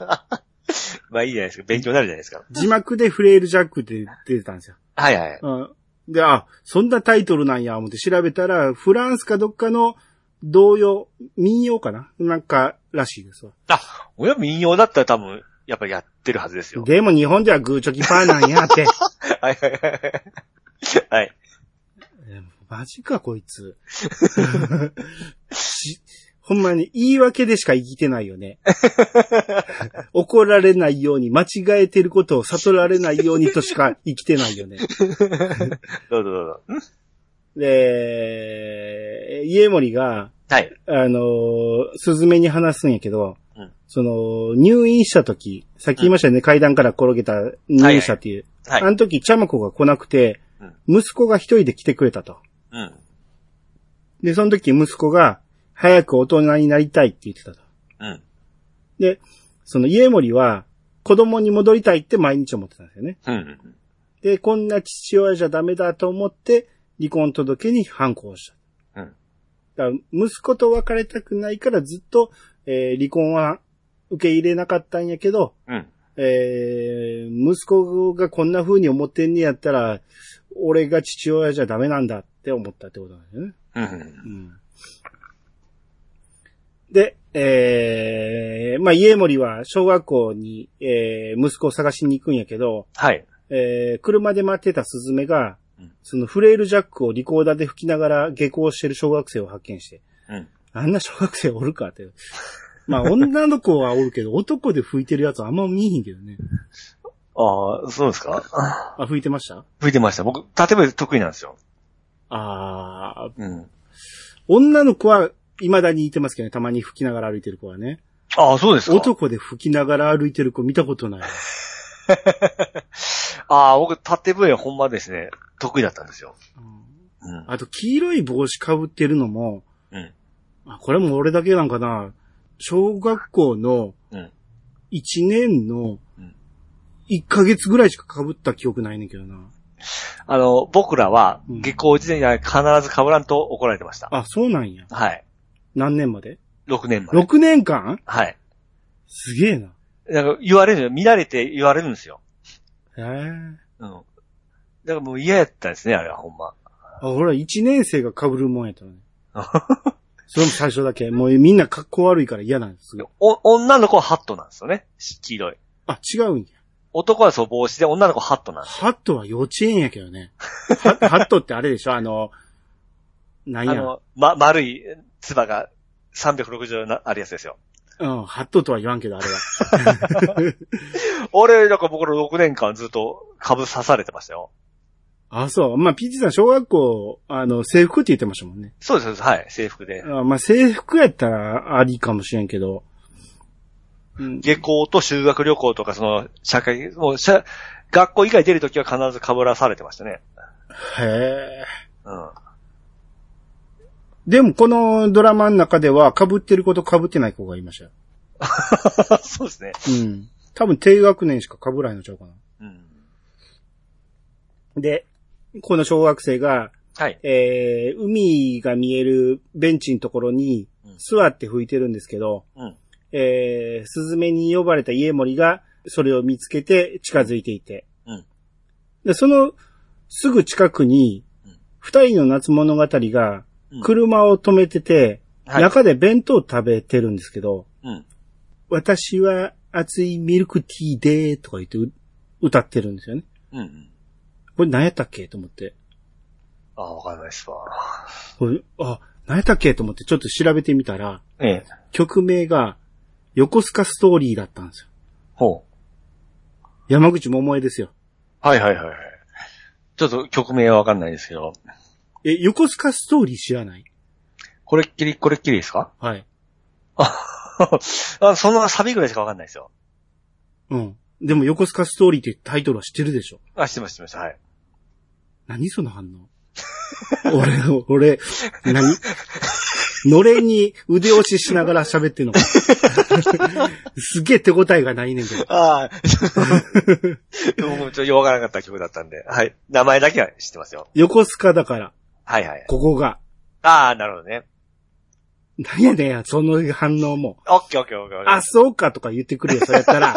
B: まあいいじゃないですか。勉強になるじゃないですか。
A: 字幕でフレールジャックって出てたんですよ。
B: はいはい。
A: うん、で、あ、そんなタイトルなんや、思って調べたら、フランスかどっかの童謡、民謡かななんか、らしいですわ。
B: あ、親民謡だったら多分、やっぱりやってるはずですよ。
A: でも日本ではグーチョキパーなんやって。
B: はいはいはい。はい。
A: えマジか、こい つ。しほんまに言い訳でしか生きてないよね。 怒られないように、間違えてることを悟られないようにとしか生きてないよね。
B: どうぞどうぞ。
A: で、家森が、
B: はい。
A: あのー、スズメに話すんやけど、
B: うん
A: その、入院した時、さっき言いましたよね、階段から転げた入院者っていう。
B: はい
A: あ。の時、ちゃま子が来なくて、息子が一人で来てくれたと。
B: うん。
A: で、その時息子が、早く大人になりたいって言ってたと。
B: うん。
A: で、その家森は、子供に戻りたいって毎日思ってたんですよね。
B: うん。
A: で、こんな父親じゃダメだと思って、離婚届に反抗した。
B: うん
A: だから息子と別れたくないからずっと、えー離婚は受け入れなかったんやけど、
B: うん。
A: えー息子がこんな風に思ってんねやったら、俺が父親じゃダメなんだって思ったってことなんですよね。
B: うん。
A: で、えー、まあ、家森は小学校に、えー、息子を探しに行くんやけど、
B: はい。
A: えー、車で待ってたスズメが
B: うん、
A: そのフレールジャックをリコーダーで吹きながら下校してる小学生を発見して、
B: うん。
A: あんな小学生おるか って。まあ、女の子はおるけど、男で吹いてるやつあんま見えへんけどね。
B: ああ、そうですか。
A: あ、吹いてました
B: 吹いてました。僕、縦笛得意なんですよ。
A: あー
B: うん。
A: 女の子は未だにいてますけどね、たまに吹きながら歩いてる子はね。
B: ああ、そうですか。
A: 男で吹きながら歩いてる子見たことない。
B: ああ、僕、縦笛ほんまですね、得意だったんですよ。
A: うん
B: うん。
A: あと、黄色い帽子かぶってるのも、
B: うん
A: あこれも俺だけなんかな、小学校の
B: うん
A: 1年の
B: うん
A: 1ヶ月ぐらいしかかぶった記憶ないねんけどな。
B: あの、僕らは、
A: うん
B: 下校時代には必ず被らんと怒られてました。
A: あ、そうなんや。
B: はい。
A: 何年まで
B: 6年まで。
A: ?6 年間
B: はい。
A: すげえな。
B: なんか言われるよ。見られて言われるんですよ。
A: へえ。
B: うん。だからもう嫌やったですね、あれはほんま。
A: あ、ほら、1年生が被るもんやったね。 それも最初だけ。もうみんな格好悪いから嫌なんですよ。
B: お、女の子はハットなんですよね。し黄色い。
A: あ、違うんや。
B: 男はそう帽子で、女の子はハットなんです。
A: ハットは幼稚園やけどね。ハハットってあれでしょあの、なん
B: あ
A: や。
B: の、ま、丸い、つばが360な、あるやつですよ。
A: うん、ハットとは言わんけど、あれは。
B: 俺、なんか僕の6年間ずっと株刺されてましたよ。
A: あ、そう。まあ、ピーチさん、小学校、あの、制服って言ってましたもんね。
B: そうです、そうですはい、制服で。
A: あまあ、制服やったらありかもしれんけど。うん。
B: 下校と修学旅行とか、その、社会、もう、社、学校以外出るときは必ず被らされてましたね。
A: へえ。
B: うん。
A: でも、このドラマの中では、被ってる子と被ってない子がいましたよ。
B: そうですね。
A: うん。多分、低学年しか被らないのちゃうかな。
B: うん。
A: で、この小学生が、
B: はい。
A: えー、海が見えるベンチのところに
B: うん
A: 座って吹いてるんですけど、
B: うん
A: えー、スズメに呼ばれた家森がそれを見つけて近づいていて、
B: うん
A: で、そのすぐ近くに
B: うん、
A: 二人の夏物語が
B: うん
A: 車を止めてて、
B: はい。
A: 中で弁当を食べてるんですけど、
B: うん。
A: 私は熱いミルクティーでーとか言ってう歌ってるんですよね。
B: うんうん。
A: これ何やったっけと思って。
B: ああ、わかんないっすわ。
A: これ、あ、何やったっけと思ってちょっと調べてみたら、
B: ええ。
A: 曲名が、横須賀ストーリーだったんですよ。
B: ほう。
A: 山口百恵ですよ。
B: はいはいはいはい。ちょっと曲名はわかんないですけど。
A: え、横須賀ストーリー知らない
B: これっきり、これっきりですか
A: はい。
B: あそのサビぐらいしかわかんないですよ。
A: うん。でも横須賀ストーリーってタイトルは知ってるでしょ
B: あ、知ってました、知ってました。はい。
A: 何その反応 俺、俺、何のれんに腕押ししながら喋ってんのか。 すげえ手応えがないねんけど。
B: ああ、 僕もちょっとよくわからなかった曲だったんで。はい。名前だけは知ってますよ。
A: 横須賀だから、
B: はいはい。
A: ここが。
B: ああ、なるほどね。
A: 何やねんや、その反応も。
B: オッケーオッケーオッケーオッケー。
A: あ、そうかとか言ってくるよ、それやった ら。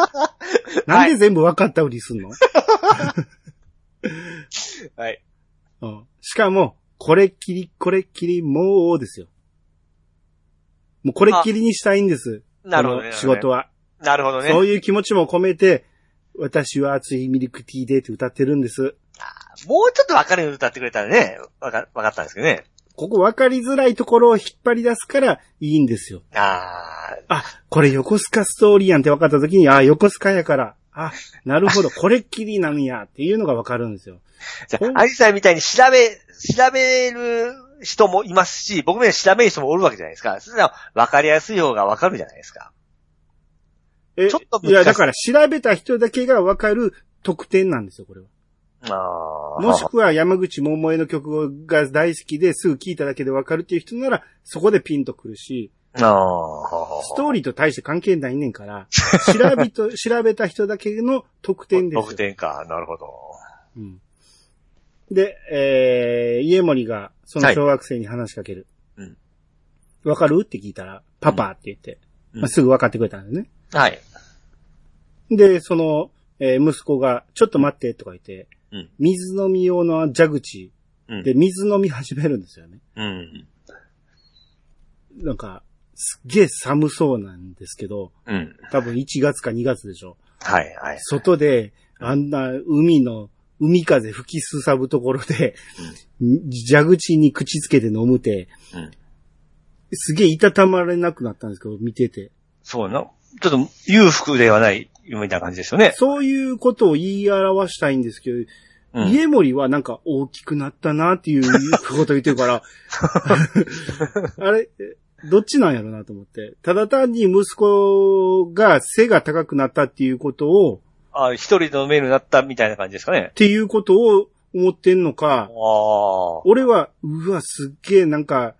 A: なんで全部分かったふりすんの、
B: はい。
A: うん。しかも、これっきり、これっきり、もう、ですよ。もうこれっきりにしたいんです。
B: なるほど
A: こ
B: ね。
A: の仕事は、
B: なるほどね。
A: そういう気持ちも込めて、私は熱いミルクティーでって歌ってるんです。
B: もうちょっとわかるように歌ってくれたらね、わか、わかったんですけどね。
A: ここ分かりづらいところを引っ張り出すからいいんですよ。
B: ああ、
A: あ、これ横須賀ストーリーやんって分かった時に、あ、横須賀やから、あ、なるほ ど、これっきりなんやっていうのが分かるんですよ。
B: じゃ
A: ほん
B: あ、アジさんみたいに調べ、調べる人もいますし、僕みたいに調べる人もおるわけじゃないですか。それは分かりやすい方が分かるじゃないですか。
A: え
B: ちょっと難しい
A: いや、だから調べた人だけが分かる特典なんですよ、これは。
B: ああ。
A: もしくは山口百恵の曲が大好きですぐ聴いただけでわかるっていう人なら、そこでピンとくるし、
B: ああ。
A: ストーリーと大して関係ないねんから、調べ と、調べた人だけの特典です
B: 得
A: よ。
B: 点か。なるほど。
A: うん、で、えー、家森がその小学生に話しかける。
B: はいうん
A: わかるって聞いたら、パパって言って、
B: うん
A: まあすぐわかってくれたんだよね。
B: はい。
A: で、その、えー息子が、ちょっと待ってとか言って、
B: うん
A: 水飲み用の蛇口
B: うん。
A: で水飲み始めるんですよね。
B: うん。
A: なんか、すっげえ寒そうなんですけど、
B: うん。
A: 多分1月か2月でしょ。
B: はい、はい。
A: 外で、あんな海の、海風吹きすさぶところで、蛇口に口つけて飲むて、
B: うん
A: すげえいたたまれなくなったんですけど、見てて。
B: そうな。ちょっと裕福ではない、みたいな感じですよね。
A: そういうことを言い表したいんですけど、
B: うん
A: 家森はなん か大きくなったなっていうことを言ってるから、あれ、どっちなんやろなと思って。ただ単に息子が背が高くなったっていうことを、
B: あ一人の目になったみたいな感じですかね
A: っ。ていうことを思ってんのか
B: あ、あ。
A: 俺は、うわ、すっげえなんか、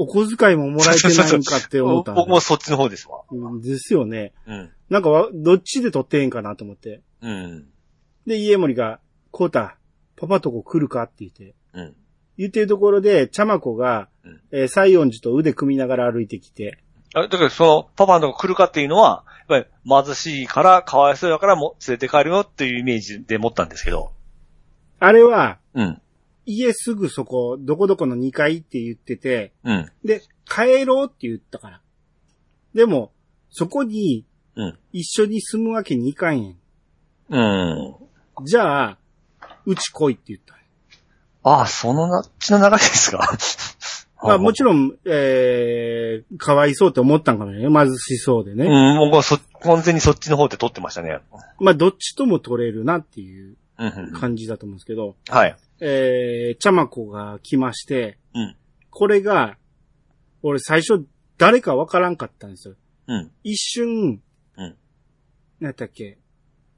A: お小遣いももらえてないんかって思ったんだよ
B: 僕もそっちの方ですわ。
A: うんですよね。
B: うん。
A: なんかわ、どっちで撮ってへんかなと思って。
B: うん。
A: で、家森が、こうた、パパとこ来るかって言って。
B: うん。
A: 言ってるところで、ちゃまこが
B: うん、
A: えー、西園寺と腕組みながら歩いてきて、
B: あだからその、パパのとこ来るかっていうのは、やっぱり貧しいから、かわいそうだからもう連れて帰るよっていうイメージで持ったんですけど。
A: あれは、
B: うん。
A: 家すぐそこ、どこどこの2階って言ってて、
B: うん。
A: で、帰ろうって言ったから。でも、そこに
B: うん、
A: 一緒に住むわけにいかんやん。
B: うん。
A: じゃあ、うち来いって言った。
B: ああ、そのな、ちの流れですか
A: まあも
B: ち
A: ちろん、えー、かわいそうと思ったんかもね。貧しそうでね。
B: うん、僕はそ、完全にそっちの方で撮ってましたね。
A: まあどっちとも取れるなっていう
B: うん、うん。
A: 感じだと思うんですけど、
B: はい。
A: えー、ちゃまこが来まして、
B: うん
A: これが、俺最初誰かわからんかったんですよ。
B: うん。
A: 一瞬、
B: うん
A: なんだっけ、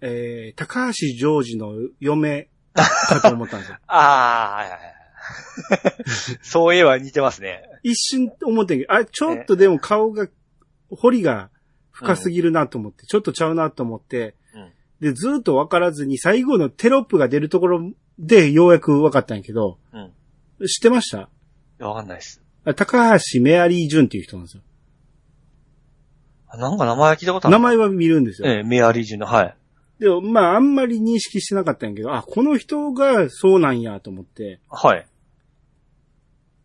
A: えー、高橋ジョージの嫁かと思ったん ですよ。
B: ああ、はいはい はい。そういえば似てますね。
A: 一瞬思ってんけど、あれちょっとでも顔が、彫りが深すぎるなと思って、ちょっとちゃうなと思って、
B: うん
A: で、ずっとわからずに最後のテロップが出るところでようやくわかったんやけど、
B: うん。
A: 知ってました
B: わかんないです。
A: あ高橋メアリー・ジュンっていう人なんですよ。
B: あなんか名前聞いたことある
A: 名前は見るんですよ。
B: ええ、メアリージュの、はい。
A: でも、まあ、あんまり認識してなかったんやけど、あ、この人がそうなんやと思って。
B: はい。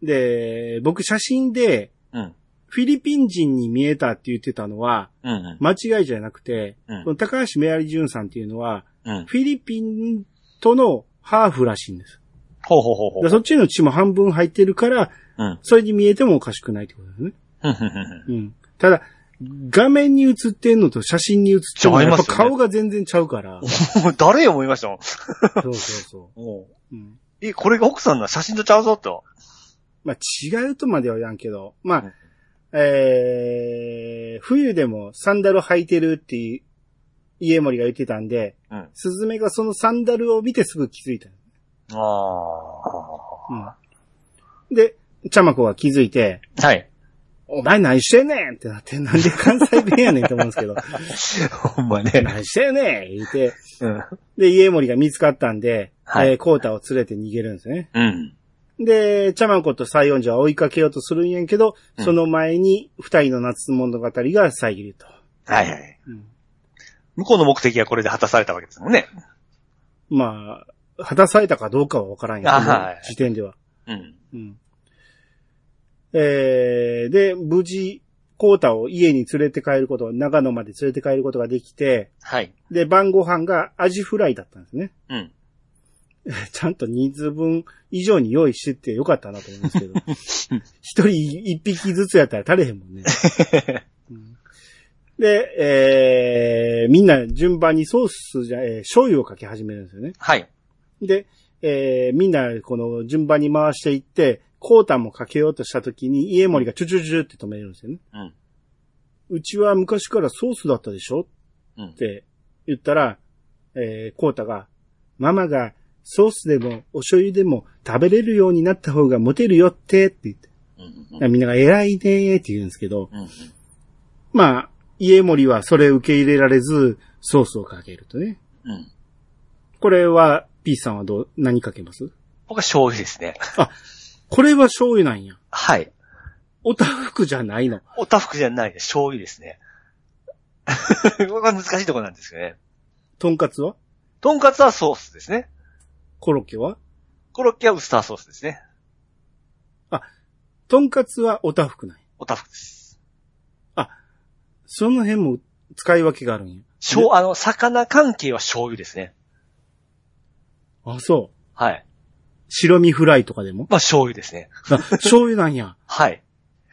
A: で、僕写真で、
B: うん。
A: フィリピン人に見えたって言ってたのは、
B: うん、うん。
A: 間違いじゃなくて、
B: うん
A: この高橋メアリー・ジュンさんっていうのは、
B: うん。
A: フィリピンとのハーフらしいんです。
B: ほうほうほうほ
A: だ
B: う
A: から。そっちの血も半分入ってるから、
B: うん。
A: それに見えてもおかしくないってことですね。
B: ふんふんふんふん
A: うん。ただ、画面に映ってんのと写真に映ってんの
B: 違い
A: や
B: ま
A: っぱ
B: すよね
A: 顔が全然ちゃう から。
B: もう誰よ思いましたもん。
A: そうそうそ
B: もう
A: う。うん、
B: え、これが奥さんな写真とちゃうぞと。
A: まあ、違うとまでは言わんけど、まあ
B: うん、
A: えー、冬でもサンダル履いてるっていう、家森が言ってたんで、
B: うん
A: スズメがそのサンダルを見てすぐ気づいた。
B: ああ。
A: うん、で、ちゃまこが気づいて、
B: はい。
A: お前何してんねんってなって、なんで関西弁やねんと思うんですけ ど、
B: ほんまね。
A: 何してんねん言って、
B: うん。
A: で、家森が見つかったんで、
B: はい
A: えー、コータを連れて逃げるんですね。
B: うん。
A: で、チャマンコと西園寺は追いかけようとするんやけど、
B: うん
A: その前に二人の夏物語が遮ると。
B: はいはい。
A: うん
B: 向こうの目的はこれで果たされたわけですもんね。
A: まあ、果たされたかどうかはわからんや
B: あ
A: けど、
B: はい
A: 時点では。
B: うん。
A: うんえー、で、無事、コータを家に連れて帰ること、長野まで連れて帰ることができて、
B: はい。
A: で、晩ご飯がアジフライだったんですね。
B: うん。
A: ちゃんと人数分以上に用意してってよかったなと思うんですけど。一人一匹ずつやったら足れへんもんね。うんで、えー、みんな順番にソースじゃ、えー醤油をかけ始めるんですよね。
B: はい。
A: で、えー、みんなこの順番に回していって、コータもかけようとした時に家森がチュチュチュチュって止めるんですよね。
B: うん。
A: うちは昔からソースだったでしょ
B: うん
A: って言ったら、えー、コータが、ママがソースでもお醤油でも食べれるようになった方がモテるよってって言って、
B: うん。
A: みんなが偉いねーって言うんですけど、
B: うん。
A: まあ、家森はそれ受け入れられず、ソースをかけるとね。
B: うん。
A: これは、P さんはどう、何かけます
B: 僕は醤油ですね。
A: これは醤油なんや。
B: はい。
A: おたふくじゃないの。
B: おたふくじゃないです。醤油ですね。 これが難しいところなんですよね。
A: とんかつは
B: とんかつはソースですね。
A: コロッケは
B: コロッケはウスターソースですね。
A: とんかつはおたふくない。
B: おたふくです。
A: その辺も使い分けがあるんや。
B: 醤、あの、魚関係は醤油ですね。
A: あ、そう。
B: はい。
A: 白身フライとかでも
B: まあ、醤油ですね。
A: あ醤油なんや。
B: はい。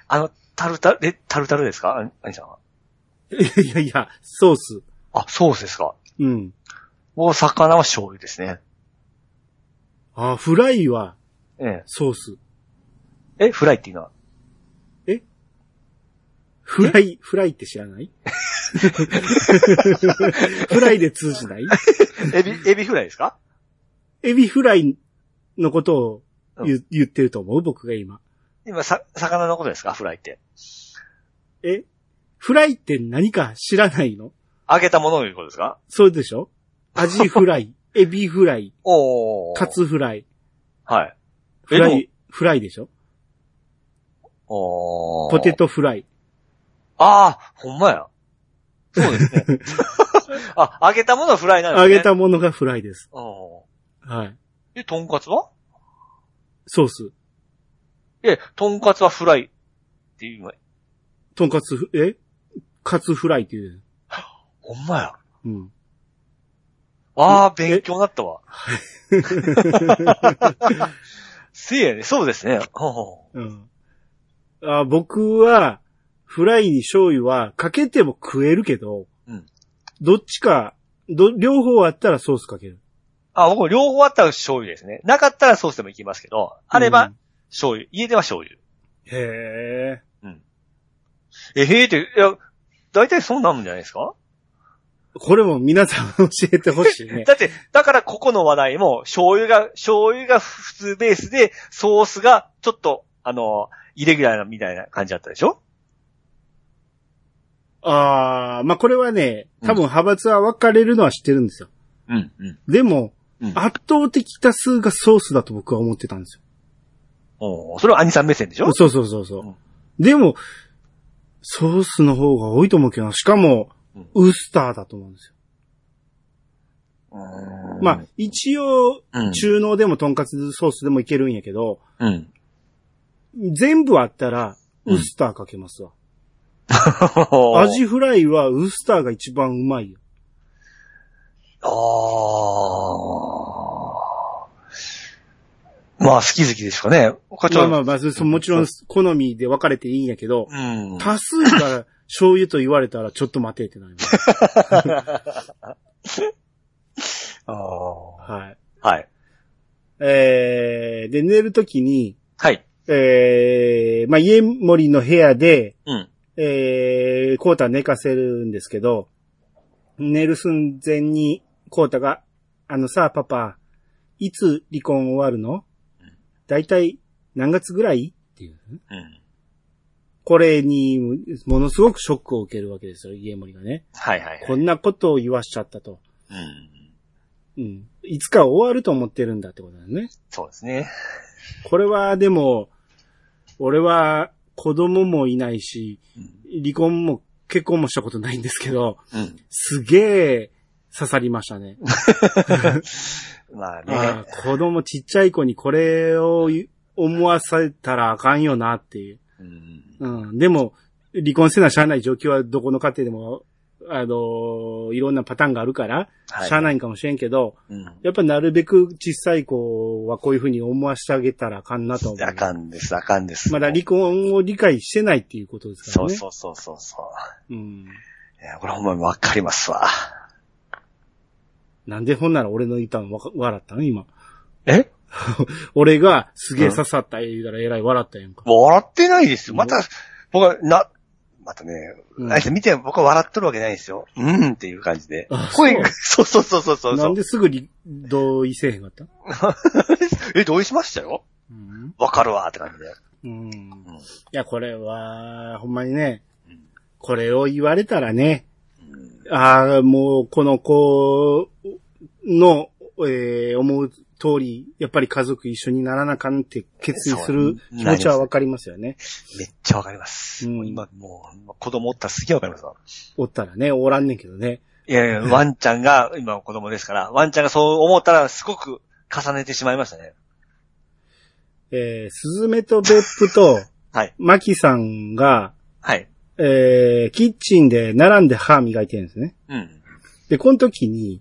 B: あの、タルタル、え、タルタルですかあ兄さんは。
A: いやいや、ソース。
B: あ、ソースですか。
A: うん。
B: もう魚は醤油ですね。
A: あ、フライは
B: え
A: ソース。
B: え。え、フライっていうのは
A: えフライ、フライって知らない フライで通じない
B: エビ、エビフライですか
A: エビフライのことを言,、言ってると思う僕が今。
B: 今、さ、魚のことですかフライって。
A: えフライって何か知らないの
B: 揚げたものを言うことですか
A: そうでしょアジフラ イ、エビフライ、
B: おー。
A: カ。ツフライ、
B: はい。
A: フラ
B: え
A: イ、フライでしょ
B: おー。
A: ポテ。トフライ。
B: ああ、ほんまや。そうで すね。あ、揚げたものはフライなんです
A: 揚
B: ね。
A: げ。たものがフライです。
B: うん。
A: はい。
B: え、とんかつは
A: ソース。
B: え、とんかつはフライっていう今、
A: とんかつ、えカツフライっていう。
B: ほんまや。
A: うん。
B: ああ、
A: え
B: 勉強になったわ。せやね、そうですね。ほうほ
A: うん。あ僕は、フライに醤油はかけても食えるけど、
B: うん
A: どっちか、ど、両方あったらソースかける。
B: うあ、僕両方あったら醤油ですね。なかったらソースでもいきますけど、あれば醤油。家では醤
A: う
B: 油。
A: ん、へえ。
B: えへーって、いや、大体そうなんじゃないですか
A: これも皆さん教えてほしいね。
B: だって、だからここの話題も、醤油が、醤油が普通ベースで、ソースがちょっと、あの、イレギュラーなみたいな感じだったでしょ
A: ああ、まあ、これはね、
B: うん
A: 多分派閥は分かれるのは知ってるんですよ。
B: うん、うん。
A: でも、
B: うん
A: 圧倒的多数がソースだと僕は思ってたんですよ
B: おーそれは兄さん目線でしょ
A: そうそうそうそう。
B: うん
A: でも、ソースの方が多いと思うけどな、しかも
B: うん、
A: ウスターだと思うんですよ。まあ、一応、
B: あ、うん。
A: 中濃でもとんかつソースでもいけるんやけど、
B: うん。
A: 全部あったら、
B: うん
A: ウスターかけますわ。ア
B: 味
A: ジフライはウスターが一番うまいよ。
B: ああ。まあ、好き好きですかね。課
A: まあ
B: 長。
A: まあまあ、そもちろん好みで分かれていいんやけど、
B: うん。
A: 多数が醤油と言われたらちょっと待てってなります。
B: あー
A: はい。
B: はい。
A: えー、で、寝るときに、
B: はい。
A: えー、まあ、家森の部屋で、
B: うん。
A: えー、コータ寝かせるんですけど、寝る寸前にコータが、あのさ、パパ、いつ離婚終わるのだいたい何月ぐらいっていう。
B: うん。
A: これに、ものすごくショックを受けるわけですよ、家森がね。
B: はいはいはい。
A: こんなことを言わしちゃったと。
B: うん。
A: うん。いつか終わると思ってるんだってことだよね。
B: そうですね。
A: これはでも、俺は子供もいないし、
B: うん。
A: 離婚も結婚もしたことないんですけど、
B: うん。
A: すげえ刺さりましたね。
B: まあ
A: あ
B: ね。
A: ー子供ちっちゃい子にこれを言思わせたらあかんよなっていう。
B: うん。
A: うん、でも、離婚せなしゃあない状況はどこの家庭でも、あのーいろんなパターンがあるから、
B: はい。。
A: しゃあないいんかもしれんけど、
B: うん。
A: やっぱなるべく小さい子はこういうふうに思わせてあげたらあかんなと思う。
B: あかんです、あかんです。
A: まだ離婚を理解してないっていうことですか
B: そ
A: ら
B: う
A: ね。
B: そうそうそうそう。
A: う。うん。
B: いや、これほんまにわかりますわ。
A: なんでほんなら俺の言ったのわか笑ったの今。
B: え
A: 俺がすげえ刺さった言うたらえらい笑ったやんか。
B: もう笑ってないですよ。また、僕は、な、またね、
A: うん
B: あいつ見て、僕は笑っとるわけないんですよ。うんっていう感じで
A: あ。
B: 声が、そうそうそうそうそう
A: な
B: そ
A: ん
B: う。
A: ですぐに同意せえへんかった
B: え、同意しましたよ
A: うん。
B: わかるわって感じで。
A: うん。い
B: うん
A: や、これは、ほんまにね
B: うん、
A: これを言われたらね、
B: うん
A: ああ、もうこの子の、えー思う通り、やっぱり家族一緒にならなあかんって決意する
B: そう
A: 気持ちはわかりますよね。
B: めっちゃわかります。
A: うん
B: もう今、もう、子供おったらすげえわかりますわ。
A: おったらね、おらんねんけどね。
B: いやいや、ワンちゃんが、今子供ですから、ワンちゃんがそう思ったら、すごく重ねてしまいましたね。
A: えー、スズメと別府と、
B: はい。
A: マキさんが、
B: はい。
A: えー、キッチンで並んで歯磨いてるんですね。
B: うん。
A: で、この時に、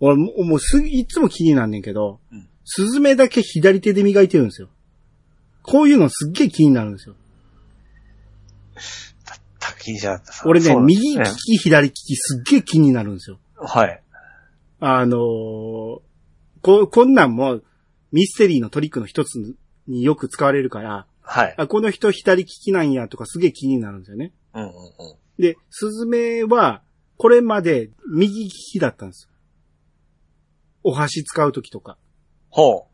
A: 俺もうもうすぐ、いつも気になんねんけど、
B: うん
A: スズメだけ左手で磨いてるんですよ。こういうのすっげえ気になるんですよ。
B: た気にしなかったさ。
A: 俺ね、
B: そうなんです
A: 右利き、左利きすっげえ気になるんですよ。
B: はい。
A: あのーこ、こんなんもミステリーのトリックの一つによく使われるから、
B: はい。
A: あ、この人左利きなんやとかすげえ気になるんですよね。
B: うんうんうん。
A: で、スズメは、これまで右利きだったんですよ。お箸使うときとか。
B: ほ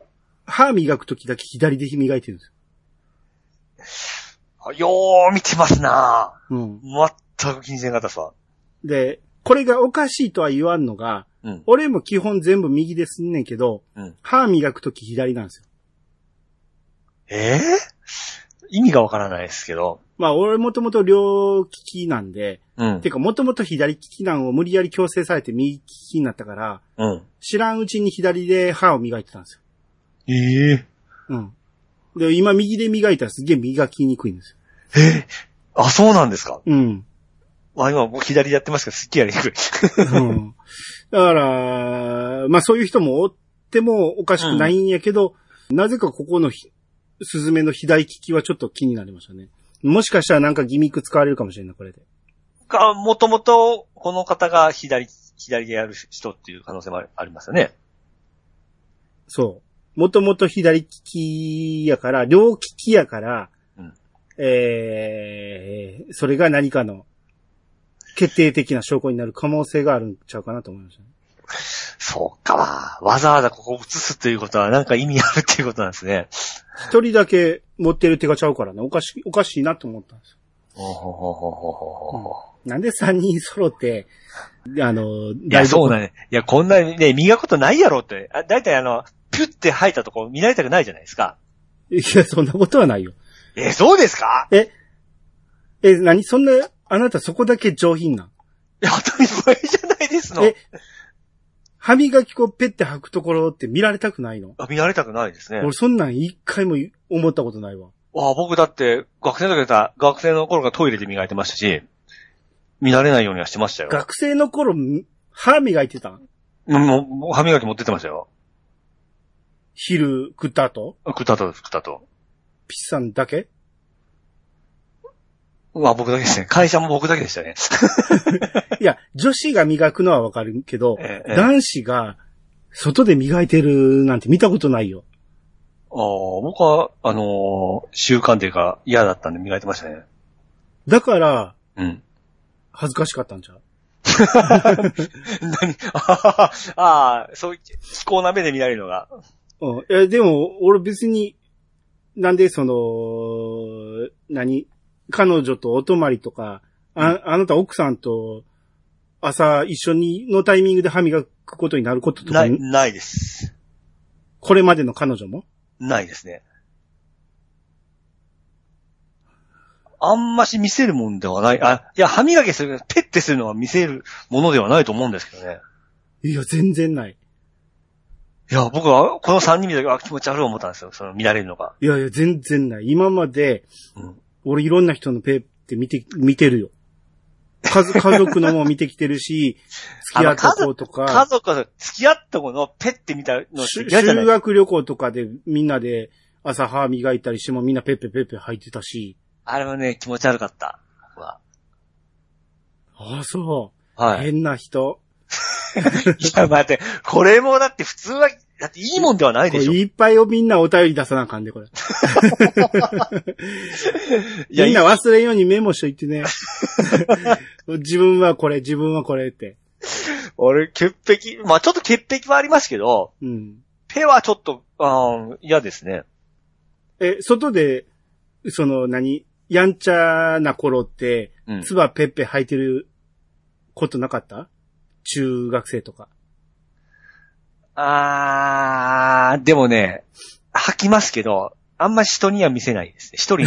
B: う。
A: 歯磨くときだけ左で磨いてるんです
B: あよー見てますな
A: よ。うん。
B: 全く気にせんかったっすわ。
A: で、これがおかしいとは言わんのが、
B: うん。
A: 俺も基本全部右ですんねんけど、
B: うん
A: 歯磨くとき左なんですよ。
B: ええ意味がわからないですけど。
A: まあ、俺もともと両利きなんで、
B: うん
A: て。かもともと左利きなんを無理やり強制されて右利きになったから、
B: うん。
A: 知らんうちに左で歯を磨いてたんですよ。
B: ええ
A: うん。で、今右で磨いたらすげえ磨きにくいんですよ。
B: えあ、そうなんですか。
A: うん。
B: まあ今もう左でやってますけど、すっきりやりにくい。
A: うんだから、まあそういう人もおってもおかしくないんやけど、なぜかここのひスズメの左利きはちょっと気になりましたね。もしかしたらなんかギミック使われるかもしれんない、これで。
B: か、もともと、この方が左、左でやる人っていう可能性もありありますよね。
A: そう。もともと左利きやから、両利きやから、
B: うん
A: えー、それが何かの決定的な証拠になる可能性があるんちゃうかなと思いました ね。
B: そうか。わざわざここを移すということは、なんか意味あるっていうことなんですね。
A: 一人だけ持ってる手がちゃうからね、おかしい、おかしいなと思ったんですよ。
B: ほうほうほうほうほうほう
A: なんで三人揃 って、あの、
B: いや、そう
A: な
B: だね。いや、こんなね、磨くことないやろって。あだいたいあの、ピュって吐いたとこ見られたくないじゃないですか。
A: いや、そんなことはないよ。
B: え、そうですか
A: え、何そんな、あなたそこだけ上品ない
B: や、当たり前じゃないですの。
A: え歯磨き粉ペッて履くところって見られたくないの
B: あ見られたくないですね。
A: 俺そんなん一回も思ったことないわ。
B: あ僕だって、学生の時だ学生の頃からトイレで磨いてましたし、見られないようにはしてましたよ。
A: 学生の頃、ん歯磨いてたん
B: うんもう、もう歯磨き持ってってましたよ。
A: 昼食った後
B: 食ったと、食ったと。
A: ピッさんだけ
B: まあ僕だけですね。会社も僕だけでしたね。
A: いや、女子が磨くのはわかるけど、
B: ええええ
A: 男子が外で磨いてるなんて見たことないよ。
B: あー僕は、あのー習慣というか嫌だったんで磨いてましたね。
A: だから、
B: うん。
A: 恥ずかしかったんちゃう
B: 何あははあー、そういう、気候な目で見られるのが。
A: うん。え、でも、俺別に、なんでその、何彼女とお泊まりとか、あ、あなた奥さんと朝一緒にのタイミングで歯磨くことになることとか
B: ない、、ないです。
A: これまでの彼女も
B: ないですね。あんまし見せるもんではない。あ、いや、歯磨きする、ペッてするのは見せるものではないと思うんですけどね。
A: いや、全然ない。
B: いや、僕は、この3人見た時、あ、気持ち悪い思ったんですよ。その、見られるのが。
A: いやいや、全然ない。今まで、
B: うん
A: 俺いろんな人のペって見て、見てるよ。家 族家族のも見てきてるし、付き合った子と
B: 家
A: か、
B: 族が付き合った子のペッて見たのっ
A: してゅ
B: 嫌じゃな
A: 修
B: い
A: 学旅行とかでみんなで朝歯磨いたりしてもみんなペッペペッペ履いてたし、
B: あれはね、気持ち悪かった。僕は
A: ああ、そ
B: は
A: う。
B: い。い
A: 変な人。
B: や、待って、これもだって普通は、だっていいもんではない
A: こ
B: で
A: れ
B: しょ。い
A: いっぱいをみんなお便り出さなあかんで、これ。
B: や、
A: み
B: い
A: ん
B: や
A: な忘れんようにメモしといて ね。自分はこれ、自分はこれって。
B: 俺、潔癖、まあちょっと潔癖はありますけど、
A: うん。
B: ペはちょっと、あー嫌ですね。
A: え、外で、その、何やんちゃな頃って、
B: うん。
A: つばペッペ履いてることなかった中学生とか。
B: あー、でもね、吐きますけど、あんま人には見せないですね。一人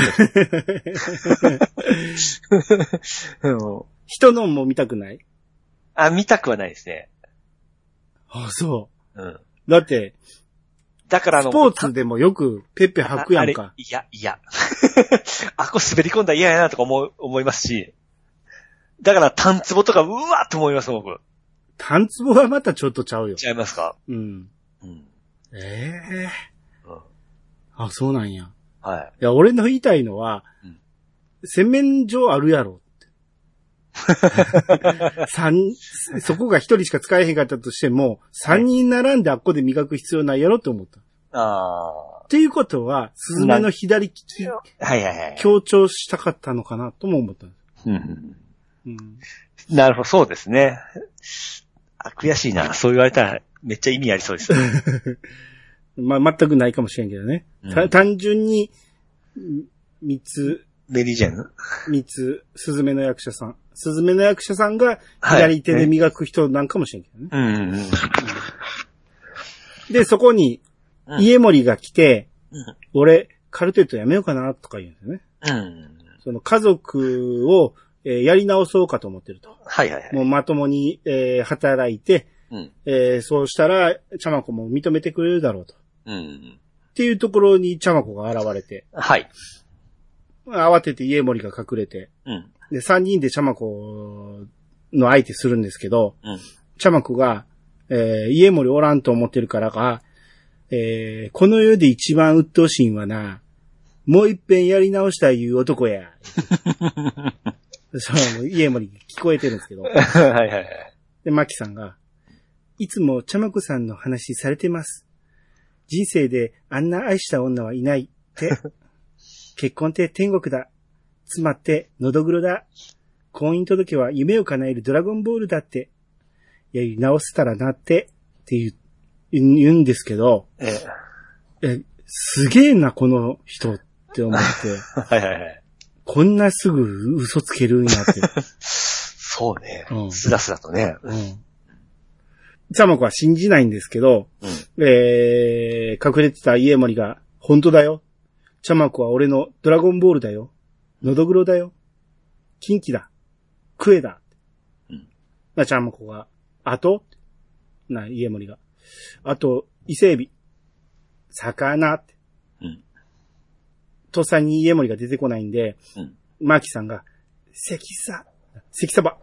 B: で。 うん
A: 人のも見たくない
B: あ、見たくはないですね。
A: あ、そ
B: うん。
A: う。だって、
B: だからあ
A: ス
B: の、
A: ポーツでもよくペッペ履くやん
B: ああ
A: か
B: れ。いや、いや。 あ、こう滑り込んだら嫌やなとか思う、思いますし。だから、タンツボとか、うわーって思います、僕。
A: 単ツボはまたちょっとちゃうよ。
B: 違いますか
A: うん。
B: うん。
A: ええ
B: うん
A: あ、そうなんや。
B: はい
A: や、俺の言いたいのは、
B: うん
A: 洗面所あるやろって。三、そこが一人しか使えへんかったとしても、三人並んであっこで磨く必要ないやろって思った。
B: い。あ
A: ていうことは、スズメの左利き、
B: はいはいはい。
A: 強調したかったのかなとも思ったんです。
B: うんうん
A: うん。
B: なるほど、そうですね。あ悔しいな。そう言われたら、めっちゃ意味ありそうです。
A: まあ、全くないかもしれんけどね。た
B: うん
A: 単純に、ん三つ、
B: メリージェン
A: 三つ、スズメの役者さん。スズメの役者さんが左手で磨く人なんかもしれんけどね。
B: うんうんうん。
A: で、そこに
B: う、ん
A: 家森が来て、
B: うん
A: 俺、カルテットやめようかな、とか言うんですよね。
B: うん。
A: その家族を、えーやり直そうかと思ってると。
B: はいはいはい。
A: もうまともに、えー働いて、
B: うん。
A: えーそうしたら、チャマコも認めてくれるだろうと。っ
B: うん。
A: ていうところにチャマコが現れて、
B: はい。
A: 慌てて家森が隠れて、
B: うん。
A: で、三人でチャマコの相手するんですけど、
B: うん。
A: チャマコが、えー家森おらんと思ってるからか、えーこの世で一番鬱陶しいんはな、もう一遍やり直したいいう男や。そう、家森聞こえてるんですけど。
B: はいはいはい。
A: で、マキさんが、いつもチャマコさんの話されてます。人生であんな愛した女はいないって。結婚って天国だ。妻って喉黒だ。婚姻届は夢を叶えるドラゴンボールだって。いやり直せたらなって、って言う、言うんですけど、
B: ええ
A: え、すげえな、この人って思って、
B: はいはいはい。
A: こんなすぐ嘘つけるんやって。
B: そうね
A: う。ん
B: すらすらとね。
A: うん。チャマコは信じないんですけど、
B: うん。
A: えー、隠れてた家森が、本当だよ。チャマコは俺のドラゴンボールだよ。ノドグロだよ。キンキだ。クエだ。
B: うん
A: な、チャマコが、あとな、家森が。あと、伊勢海老。魚って。
B: うん。
A: とっさに家森が出てこないんで、
B: うん
A: マーキさんが、関さ、関サバ。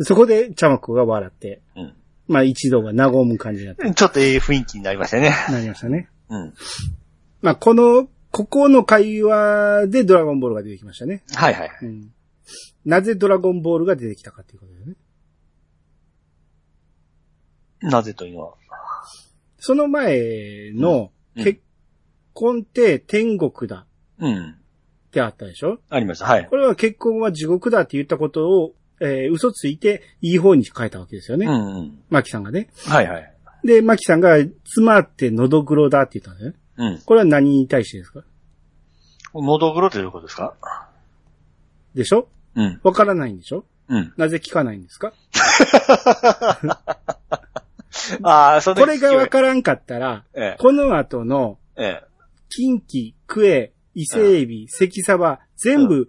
A: そこでチャマコが笑って、
B: うん。
A: まあ一同が和む感じになって
B: ちょっとええ雰囲気になりましたね。
A: なりましたね。
B: うん。
A: まあ、この、ここの会話でドラゴンボールが出てきましたね。
B: はいはい。
A: うん。なぜドラゴンボールが出てきたかっていうことだよね。
B: なぜというのは。
A: その前の、
B: うん
A: 結婚って天国だ
B: うん。
A: ってあったでしょ
B: ありました。はい。
A: これは結婚は地獄だって言ったことを、えー嘘ついていい方に変えたわけですよ
B: う
A: ね。
B: んうん。
A: マキさんがね。
B: はいはい。
A: で、マキさんが、妻って喉黒だって言ったんだよね。
B: うん。
A: これは何に対してですか
B: 喉黒ってどういうことですか
A: でしょ
B: うん。
A: わからないんでしょ
B: うん。
A: なぜ聞かないんですか
B: ああ、そ
A: これがわからんかったら、
B: え
A: この後の、
B: え。え
A: 近畿、クエ、伊勢エビ、関サバ、全部、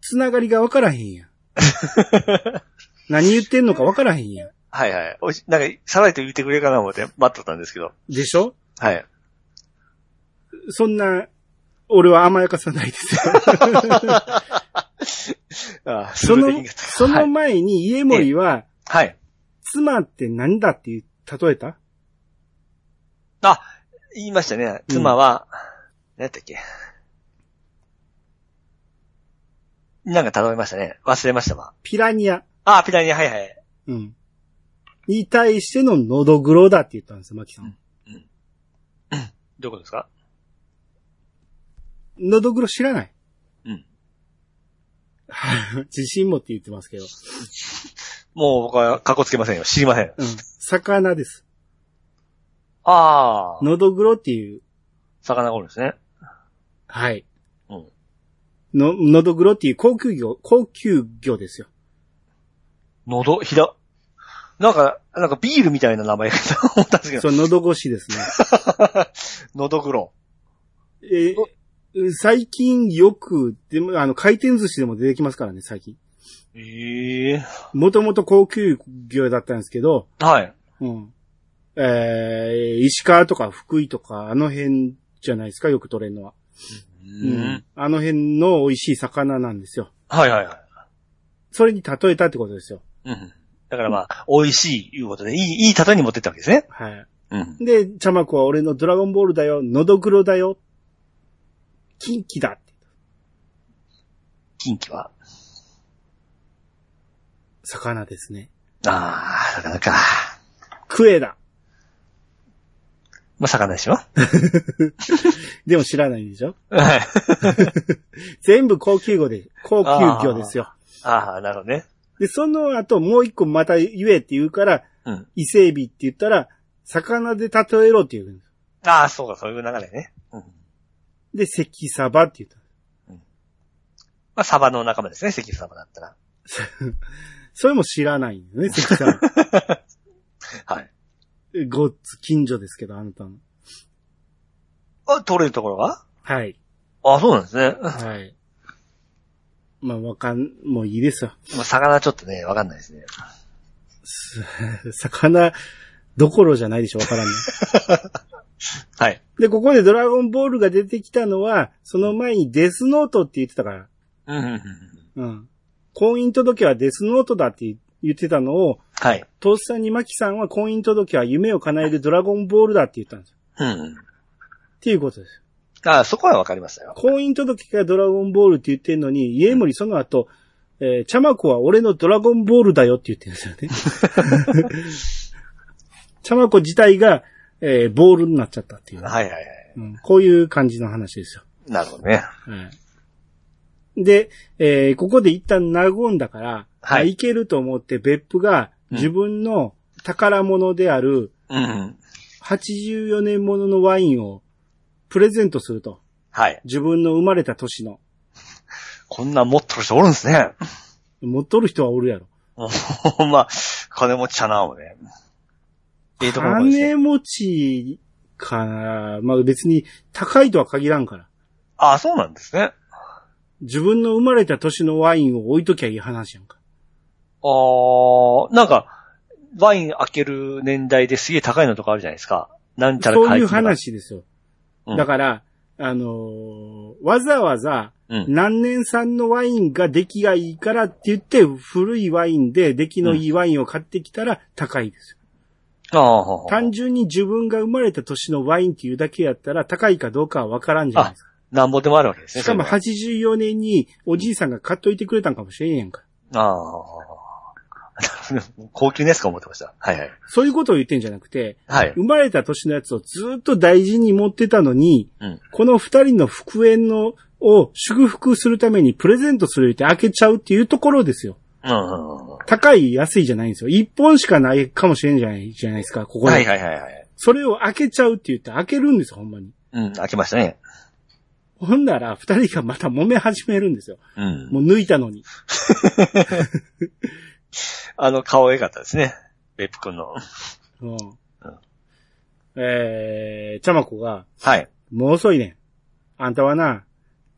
A: つながりが分からへんやん。何言ってんのか分からへんやん。
B: はいはい。おいし、なんか、さらりと言ってくれるかな思って待っとったんですけど。
A: でしょ
B: はい。
A: そんな、俺は甘やかさないです よ。
B: ああ、
A: そ
B: す
A: の
B: ぐできんかっ、た
A: そ
B: は
A: の
B: い、
A: 前に家森は、
B: はい。
A: 妻って何だっていう、例えた
B: あ、言いましたね。妻は、何やったっけ。なんか例えましたね。忘れましたわ。
A: ピラニア。
B: ああ、ピラニア、はいはい。
A: うん。に対しての喉黒だって言ったんですよ、マキさん。
B: どういうことですか
A: 喉黒知らない。
B: うん。
A: 自信持って言ってますけど。
B: もう僕は格好つけませんよ。知りません。
A: うん。魚です。
B: ああ、
A: 喉黒っていう
B: 魚がおるんですね。
A: はい。
B: うん
A: の、のどぐろっていう高級魚、高級魚ですよ。
B: 喉、ひだ。なんか、なんかビールみたいな名前が 思ったんですけど。
A: そう、のど越し ですね。
B: 喉黒。
A: えー
B: お
A: 最近よく、でも、あの、回転寿司でも出てきますからね、最近。
B: ええ
A: もともと高級魚だったんですけど、
B: はい。
A: うん。えー、石川とか福井とか、あの辺じゃないですか、よく取れるのは。
B: う
A: う。あの辺の美味しい魚なんですよ。
B: はいはいはい。
A: それに例えたってことですよ。
B: うん。だからまあ、美味しいいうことで、いい、いい例えに持ってったわけですね。
A: はい。
B: うん。
A: で、チャマコは俺のドラゴンボールだよ、のどぐろだよ、キンキだって、
B: 近畿は。
A: 魚ですね。
B: ああ、なかなか。
A: クエだ、
B: まあ、魚でしょ
A: でも知らないんでしょ
B: はい。
A: 全部高級語で、高級魚ですよ。
B: ああ、なるほどね。
A: で、その後もう一個また言えって言うから、
B: うん
A: 伊勢海老って言ったら、魚で例えろって言う。
B: ああ、そうか、そういう流れね。うん。
A: で、関サバって言った。
B: まあ、サバの仲間ですね、関サバだったら。
A: それも知らないん だよね、関さん。
B: はい。
A: ごっつ近所ですけど、あなたの。
B: あ、取れるところは
A: はい。
B: あそうなんですね。
A: はい。まあ、わかん、もういいですよ。
B: まあ、魚ちょっとね、わかんないですね。
A: す 魚どころじゃないでしょ、わ からんの。
B: はい。
A: で、ここでドラゴンボールが出てきたのは、その前にデスノートって言ってたから。
B: うん、うん、うん。
A: うん。婚姻届はデスノートだって言ってたのを、
B: はい。
A: トースさんにマキさんは婚姻届は夢を叶えるドラゴンボールだって言ったんですよ。
B: うんうん。
A: っていうことです。
B: ああ、そこはわかりましたよ。
A: 婚姻届がドラゴンボールって言ってんのに、家森その後、えー、ちゃまこは俺のドラゴンボールだよって言ってるんですよね。 ちゃまこ自体が、えーボールになっちゃったっていう、
B: はいはいはい。
A: うんこういう感じの話ですよ。
B: なるほどね。
A: はい。で、えーここで一旦和んだから、
B: は
A: あ
B: い
A: いけると思って別府が
B: うん
A: 自分の宝物である
B: うんうん。
A: 84年もののワインをプレゼントすると。
B: はい。
A: 自分の生まれた年の。
B: こんな持ってる人おるんですね。
A: 持っとる人はおるやろ。
B: ほんま、金持ちゃな、もね。ええところですね。
A: 金持ちかなまあ別に高いとは限らんから。
B: ああ、そうなんですね。
A: 自分の生まれた年のワインを置いときゃいい話やんか。
B: ああ、なんか、ワイン開ける年代ですげえ高いのとかあるじゃないですか。なんちゃら
A: そういう
B: 階級とか。
A: 話ですよ。
B: うん
A: だから、あのーわざわざ、
B: うん。
A: 何年産のワインが出来がいいからって言って、古いワインで出来のいいワインを買ってきたら高いですよ。
B: ああ、ほうほう
A: 単純に自分が生まれた年のワインっていうだけやったら高いかどうかはわからんじゃないですか。
B: なんぼでもあるわけですね。
A: しかも
B: それ
A: 84年におじいさんが買っといてくれたんかもしれんやんか。
B: はああ。 高級なやつか思ってました。はいはい。
A: そういうことを言ってんじゃなくて、
B: はい。
A: 生まれた年のやつをずっと大事に持ってたのに、
B: うん
A: この二人の復縁のを祝福するためにプレゼントするって開けちゃうっていうところですよ。
B: うんうんうん。
A: 高い、安いじゃないんですよ。一本しかないかもしれんじゃない、じゃないですか、ここで。
B: はいはいはいはい。
A: それを開けちゃうって言って開けるんですよ、ほんまに。
B: うん、開けましたね。
A: ほんなら、二人がまた揉め始めるんですよ。
B: うん。
A: もう抜いたのに。
B: あの、顔良かったですね。ベップ君の。
A: うん。えー、ちゃまこが、
B: はい。
A: もう遅いねん。あんたはな、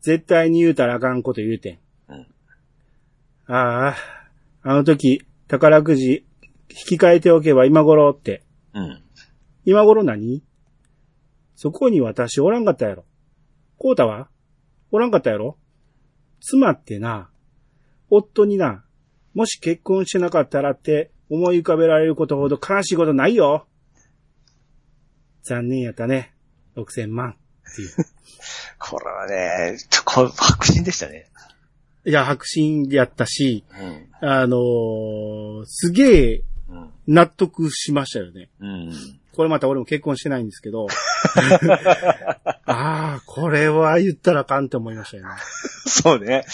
A: 絶対に言うたらあかんこと言うてん。
B: うん
A: ああ、あの時、宝くじ、引き換えておけば今頃って。
B: うん。
A: 今頃何そこに私おらんかったやろ。こうたはおらんかったやろ妻ってな、夫にな、もし結婚してなかったらって思い浮かべられることほど悲しいことないよ。残念やったね。6000万。っていう
B: これはね、ちょ、こう、白心でしたね。
A: いや、白真やったし、
B: うん。
A: あのーすげえ
B: うん。
A: 納得しましたよね。
B: うん。
A: これまた俺も結婚してないんですけど。ああ、これは言ったらあかんって思いましたよね。
B: そうね。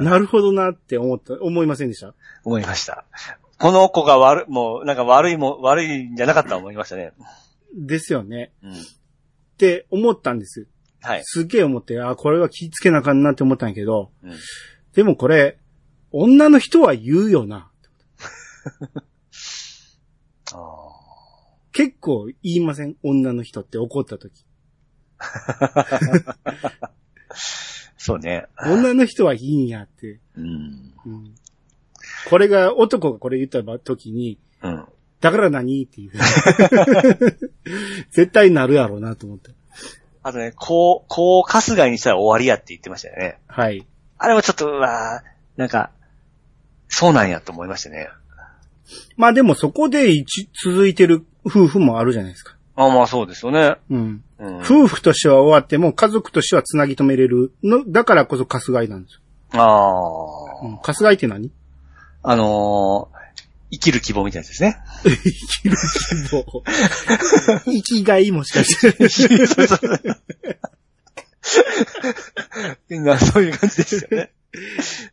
B: うん
A: なるほどなって思った、思いませんでした
B: 思いました。この子が悪、もう、なんか悪いもん、悪いんじゃなかったと思いましたね。
A: ですよね。
B: うん。
A: って思ったんです。
B: はい。
A: すげえ思って、ああ、これは気ぃつけなあかんなって思ったんやけど、
B: うん
A: でもこれ、女の人は言うよな。
B: あー
A: 結構言いません女の人って怒った時。
B: そうね。
A: 女の人はいいんやって。
B: うん。
A: うんこれが、男がこれ言った時に、
B: うん。
A: だから何っていう。絶対なるやろうなと思って。
B: あとね、こう、こう、カスガにしたら終わりやって言ってましたよね。
A: はい。
B: あれもちょっと、うわーなんか、そうなんやと思いましたね。
A: まあでもそこで一続いてる夫婦もあるじゃないですか。
B: あまあそうですよね。
A: うん。
B: うん。
A: 夫婦としては終わっても家族としては繋ぎ止めれるの、だからこそカスガイなんですよ。
B: ああ。
A: うん、カスガイって何
B: あのー、生きる希望みたいなやつですね。
A: もう、 生きがいもしか して。
B: そうそうそうなそういう感じですよね。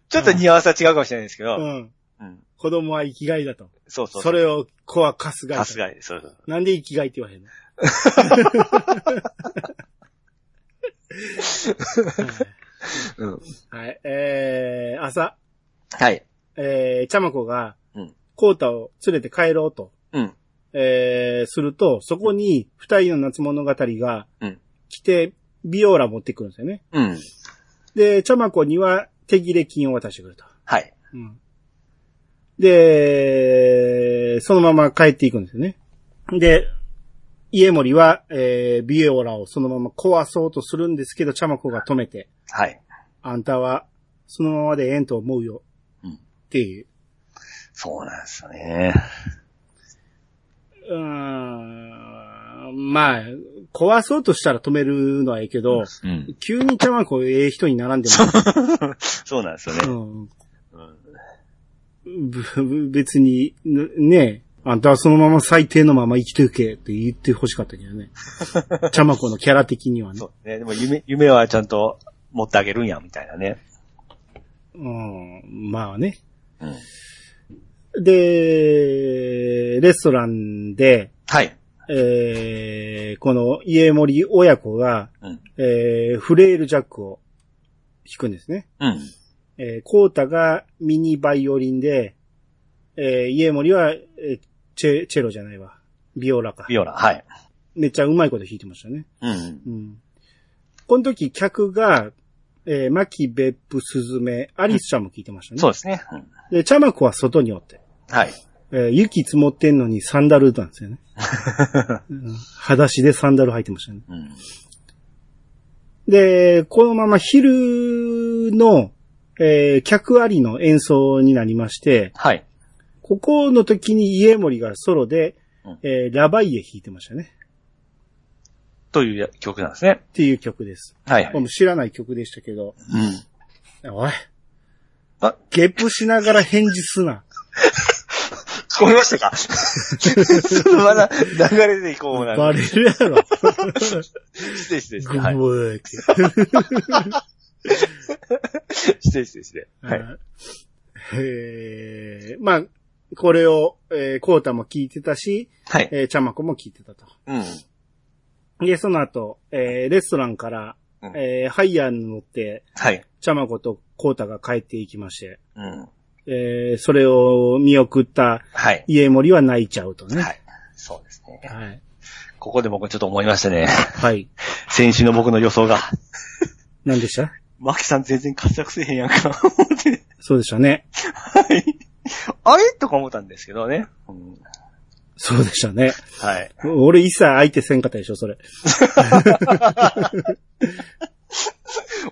B: ちょっとニュアンスは違うかもしれないですけ
A: う
B: ど、
A: ん。
B: うん、
A: 子供は生きがいだと。
B: そうそう。
A: それを子はかすがい
B: さ
A: だ。
B: すがに、そうそう。
A: なんで生きがいって言わへん の
B: うん
A: はいはい。えー、朝、
B: はい。
A: えー、ちゃまこが
B: うん、
A: コータを連れて帰ろうと、
B: うん。
A: えー、すると、そこに二人の夏物語が
B: うん、
A: 来て、ビオーラ持ってくるんですよね。
B: うん。
A: で、ちゃまこには手切れ金を渡してくると。
B: はい。
A: うん。で、そのまま帰っていくんですよね。で、家森は、えー、ビオーラをそのまま壊そうとするんですけど、ちゃまこが止めて、
B: はい。
A: あんたは、そのままでええんと思うよ。
B: うん
A: っていう。
B: そうなんですよね。
A: うーん。まあ、壊そうとしたら止めるのはいいけど、
B: うん。
A: 急にちゃまこええ人に並んでも、
B: そうなんですよね。うん
A: うんぶ 別に、ぬねあんたはそのまま最低のまま生きていけって言ってほしかったけどね。ちゃまこのキャラ的にはね
B: そ。うね。でも夢、夢はちゃんと持ってあげるんや、みたいなね。
A: うん、まあね。
B: うん。
A: で、レストランで、
B: はい。
A: えーこの家森親子が、
B: うん。
A: えーフレールジャックを弾くんですね。
B: うん。
A: えー、コータがミニバイオリンで、えー、家森は、えーチェ、チェロじゃないわ。ビオラか。
B: ビオラ、はい。
A: めっちゃうまいこと弾いてましたね。
B: うん。
A: うん。この時、客が、えー、マキ、ベップ、スズメ、アリスちゃんも聞いてましたね。
B: そうですね。うん
A: で、チャマコは外におって。
B: はい。
A: えー雪積もってんのにサンダルなんです よね。うん裸足でサンダル履いてましたね。
B: うん。
A: で、このまま昼の、えー客ありの演奏になりまして、
B: はい。
A: ここの時に家森がソロで、
B: うん
A: えーラバイエ弾いてましたね。
B: という曲なんですね。
A: っていう曲です。
B: はいはい。
A: もう知らない曲でしたけど。
B: うん。
A: おい。
B: あ
A: ゲップしながら返事すな。
B: 聞こえましたかそ のまだ流れでいこうもな。
A: バレるやろ。
B: 失礼失礼失
A: グ
B: 礼。はい。
A: ボーって。
B: 失礼失礼失礼。はい。
A: えーまあ、これを、えー、コータも聞いてたし、
B: はい。
A: えー、ちゃまこも聞いてたと。
B: うん。
A: で、その後、えーレストランから、
B: うん
A: えーハイヤーに乗って、
B: はい。
A: ちゃまことコータが帰っていきまして、
B: うん。
A: えーそれを見送った
B: はい。
A: 家森は泣いちゃうとね。
B: はい。そうですね。
A: はい。
B: ここで僕ちょっと思いましたね。
A: はい。
B: 先週の僕の予想が。
A: 何でした
B: マキさん全然活躍せえへんやんか。思って
A: そうでしたね。
B: はい。あれとか思ったんですけどね。うん
A: そうでしたね。
B: はい。
A: 俺一切相手せんかったでしょ、それ。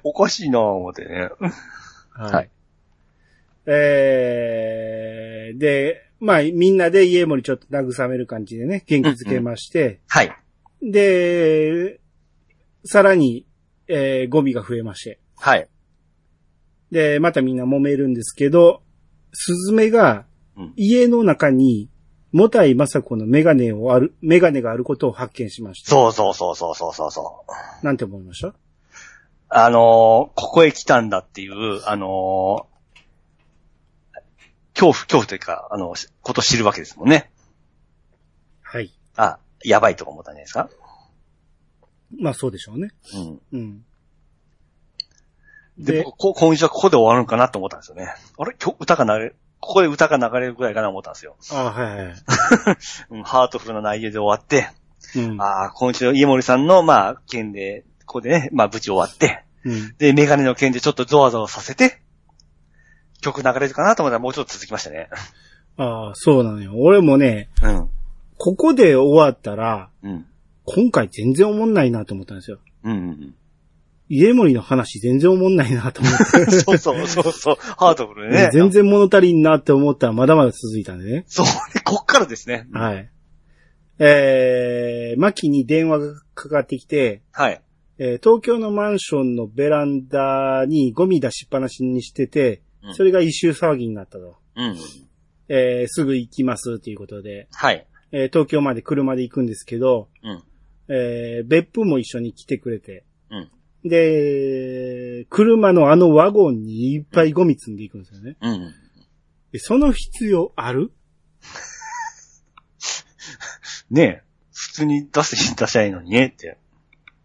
B: おかしいなぁ思ってね。
A: はいえー、で、まあ、みんなで家森ちょっと慰める感じでね、元気づけまして、
B: はい。
A: で、さらに、えー語尾が増えまして、
B: はい。
A: で、またみんな揉めるんですけど、スズメが
B: うん
A: 家の中に、もたいまさこのメガネをある、メガネがあることを発見しました。
B: そうそうそうそうそうそうそう。
A: なんて思いました
B: あのー、ここへ来たんだっていう、あのー、恐怖、恐怖というか、あの、しこと知るわけですもんね。
A: はい。
B: あ、やばいとか思ったんじゃないですか。
A: まあそうでしょうね。
B: うん。
A: うん。
B: で、僕こ今週はここで終わるんかなと思ったんですよね。あれ今日歌が流れ、ここで歌が流れるぐらいかな思ったんですよ。
A: あはいはい。
B: うん、ハートフルな内容で終わって、
A: うん。
B: ああ、今週の家森さんの、まあ、件で、ここでね、まあ、無事終わって、
A: うん、
B: で、メガネの件でちょっとゾワゾワさせて、曲流れるかなと思ったらもうちょっと続きましたね。
A: ああ、そうなのよ。俺もね、
B: うん。
A: ここで終わったら、
B: うん。
A: 今回全然おもんないなと思ったんですよ。
B: うんうん
A: 家森の話全然おもんないなと思って。
B: うん。 そうそうそうそう。ハートフル ね。
A: 全然物足りんなって思ったらまだまだ続いたんでね。
B: そう、こっからですね。
A: はい。えー、マキに電話がかかってきて、
B: はい。
A: えー東京のマンションのベランダにゴミ出しっぱなしにしてて
B: う、ん
A: それが一周騒ぎになったと。
B: うん。
A: えーすぐ行きますということで、
B: はい。
A: えー東京まで車で行くんですけど、
B: うん。
A: えー別府も一緒に来てくれて、
B: うん
A: で、車のあのワゴンにいっぱいゴミ積んでいくんですよね。
B: うん。
A: えその必要ある
B: ねえ。普通に出せ、出しゃいいのにねって。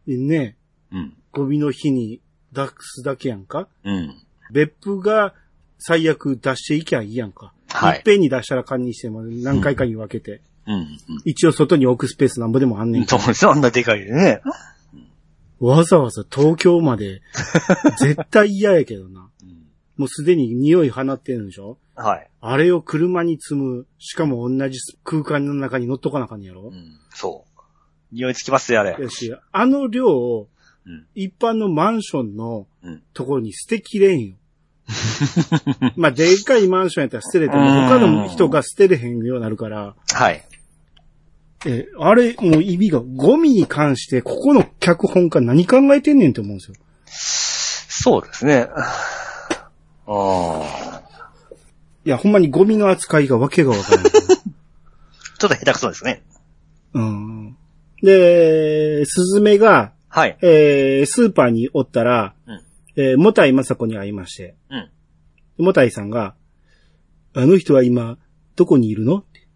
A: えね
B: うん。
A: ゴミの日に出すだけやんか
B: うん。
A: 別府が最悪出していきゃいいやんか。。
B: はい
A: っ
B: い。
A: ぺんに出したら勘にしても何回かに分けて。
B: うん。
A: 一応外に置くスペースなんぼでもあん
B: う
A: ねん
B: ん。。そうですあんなでかいでね。
A: わざわざ東京ま で、絶対嫌やけどな。
B: うん。
A: もうすでに匂い放ってるんでしょ
B: はい。
A: あれを車に積む、しかも同じ空間の中に乗っとかなあかんやろ
B: うん。そう。匂いつきますよ、あれ。
A: よし、あの量を
B: うん。
A: 一般のマンションの
B: うん。
A: ところに捨てきれん よ。まあ、でっかいマンションやったら捨てれても、他の人が捨てれへんようになるから、
B: はい。
A: え、あれ、もう意味が、ゴミに関して、ここの脚本家何考えてんねんって思うんですよ。
B: そうですね。ああ。
A: いや、ほんまにゴミの扱いがわけがわからない。
B: ちょっと下手くそですね。
A: うん。で、スズメが、
B: はい。
A: えー、スーパーにおったら、
B: うん
A: えー、もたいまさこに会いまして、
B: うん。
A: もたいさんが、あの人は今、どこにいるのって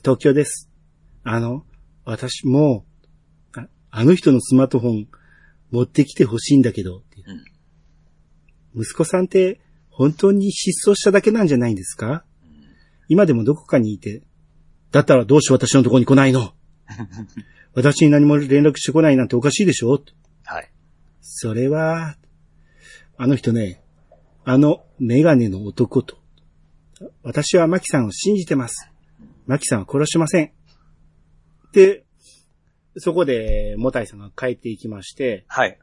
A: 東京です。あの、私もう、ああの人のスマートフォン、持ってきてほしいんだけど、って息子さんって、本当に失踪しただけなんじゃないんですか今でもどこかにいて、だったらどうして私のところに来ない の私に何も連絡してこないなんておかしいでしょ
B: はい。
A: それは、あの人ね、あのメガネの男と、私はマキさんを信じてます。マキさんは殺しません。で、そこで、モタイさんが帰っていきまして、
B: はい。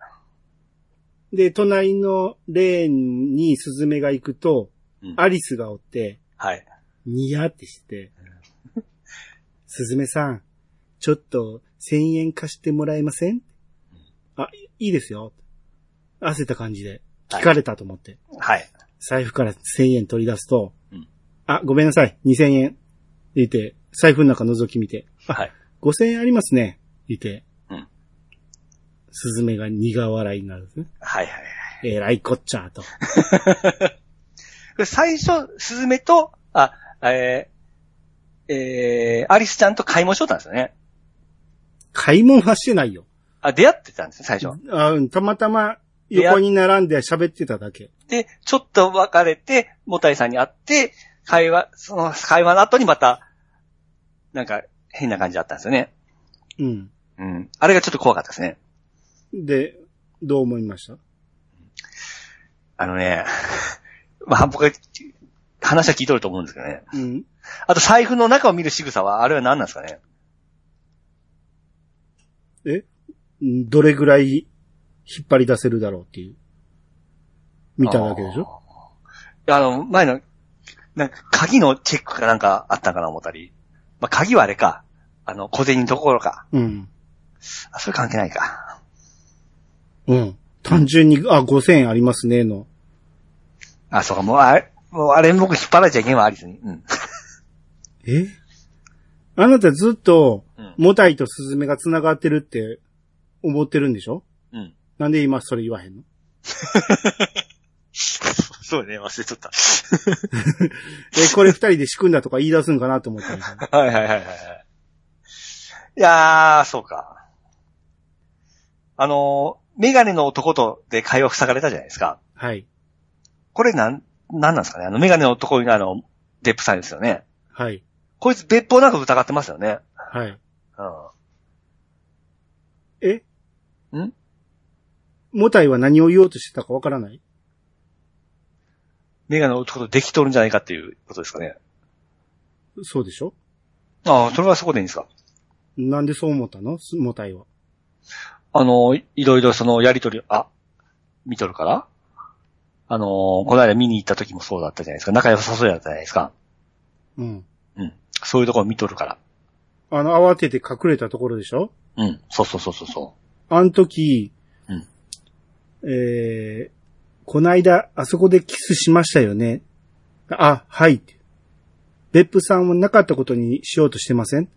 A: で、隣のレーンにスズメが行くと、
B: うん
A: アリスがおって、
B: はい。
A: ニヤってして、すずめさん、ちょっと1000円貸してもらえませんあ、いいですよ。焦った感じで、聞かれたと思って、
B: はい。
A: 財布から1000円取り出すと、
B: うん
A: あ、ごめんなさい、2000円。って言って、財布の中覗き見て、あ、
B: はい。
A: 5000円ありますね。って言って、
B: うん
A: すずめが苦笑いになるんですね。
B: はい。はい。
A: えらいこっちゃーと。
B: 最初、スズメと、あ、えー、えー、アリスちゃんと買い物しとったんですよね。
A: 買い物はしてないよ。
B: あ、出会ってたんですね、最初。
A: あうんたまたま横に並んで喋ってただけ。
B: で、ちょっと別れて、モタイさんに会って、会話、その会話の後にまた、なんか、変な感じだったんですよね。
A: うん。
B: うん。あれがちょっと怖かったですね。
A: で、どう思いました
B: あのね、 まあ、僕は、話は聞いとると思うんですけどね。
A: うん。
B: あと、財布の中を見る仕草は、あれは何なんですかね。
A: どれぐらい引っ張り出せるだろうっていう。見ただけでしょ
B: あの、前の、なんか、鍵のチェックかなんかあったかな思ったり。まあ、鍵はあれか。あの、小銭どころか。
A: うん。
B: あ、それ関係ないか。
A: うん。単純に、あ、5000円ありますね、の。
B: あ、そうか、もうあれ、もうあれ僕引っ張られちゃいけんわ、アリスに。うん。
A: えあなたずっと、
B: うん。
A: モタイとスズメが繋がってるって思ってるんでしょ
B: うん。
A: なんで今それ言わへんの
B: そうね、忘れとった。
A: え、これ二人で仕組んだとか言い出すんかなと思ったん ですよ
B: はいはいはいはいはい。いやー、そうか。あのー、メガネの男とで会話塞がれたじゃないですか。
A: はい。
B: これなん、なんなんですかねあの、メガネの男にあの、デップさんですよね。
A: はい。
B: こいつ別法なんか疑ってますよね。
A: はい。
B: う
A: え
B: ん。ん
A: モタイは何を言おうとしてたかわからない
B: メガネの男とできとるんじゃないかっていうことですかね。
A: そうでしょ
B: ああ、それはそこでいいんですか。
A: なんでそう思ったのすモタイは。
B: あの、いいろいろそのやりとり、あ、見とるからあの、この間見に行った時もそうだったじゃないですか。仲良さそうやったじゃないですか。
A: うん。
B: うん。そういうところ見とるから。
A: あの、慌てて隠れたところでしょ
B: うん。そうそうそうそうそ
A: あの時、
B: うん
A: えー、こないだ、あそこでキスしましたよね。あ、はい。別府さんをなかったことにしようとしてません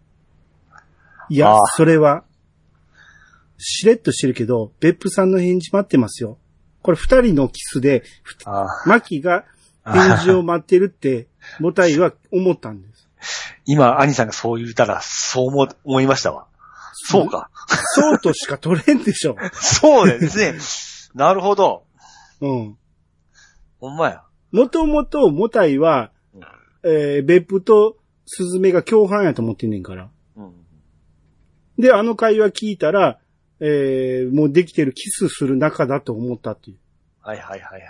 A: いや
B: ああ、
A: それは、しれっとしてるけど、別府さんの返事待ってますよ。これ二人のキスで、
B: ああ
A: マキが返事を待ってる って、母体は思ったんです。
B: 今、兄さんがそう言うたら、そう思う、思いましたわ。そうか。
A: そうとしか取れんでしょ。
B: そうです ね。なるほど。
A: うん。
B: ほんまや。
A: もともと、モタイは、えー、別府とスズメが共犯やと思ってんねんから。
B: うん。
A: で、あの会話聞いたら、えー、もうできてるキスする仲だと思ったっていう。
B: はいはいはいはい。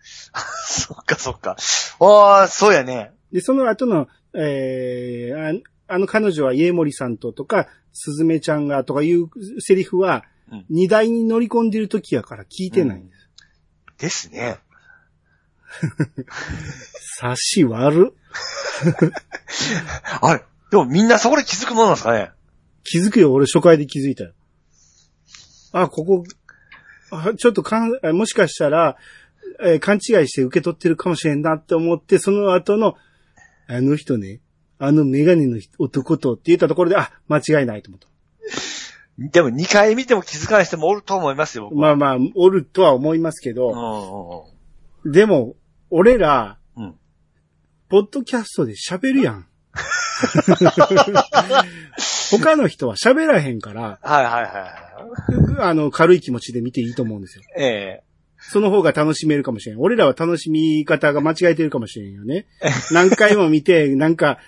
B: そっかそっか。ああ、そうやね。
A: で、その後の、えー、ああの彼女は家森さんととか、スズメちゃんがとかいうセリフは
B: うん、
A: 荷台に乗り込んでる時やから聞いてないんです。
B: ですね。
A: 察し悪っ。
B: あれ、でもみんなそこで気づくものなんですかね。
A: 気づくよ、俺初回で気づいたよ。あ、ここ、あちょっとかん、あもしかしたら、えー勘違いして受け取ってるかもしれんなって思って、その後の、あの人ね、あのメガネの人男とって言ったところで、あ、間違いないと思った。
B: でも2回見ても気づかない人もおると思いますよ、僕
A: ま
B: は。
A: あまあ、おるとは思いますけ
B: うん
A: ど、
B: うんうん
A: でも、俺ら、
B: うん
A: ポッドキャストで喋るやん。 他の人は喋らへんから、
B: はいはいはいは
A: あの、軽い気持ちで見ていいと思うんですよ。
B: い。え
A: その方が楽しめるかもしれん。俺らは楽しみ方が間違えてるかもしれんよ ね。何回も見て、なんか、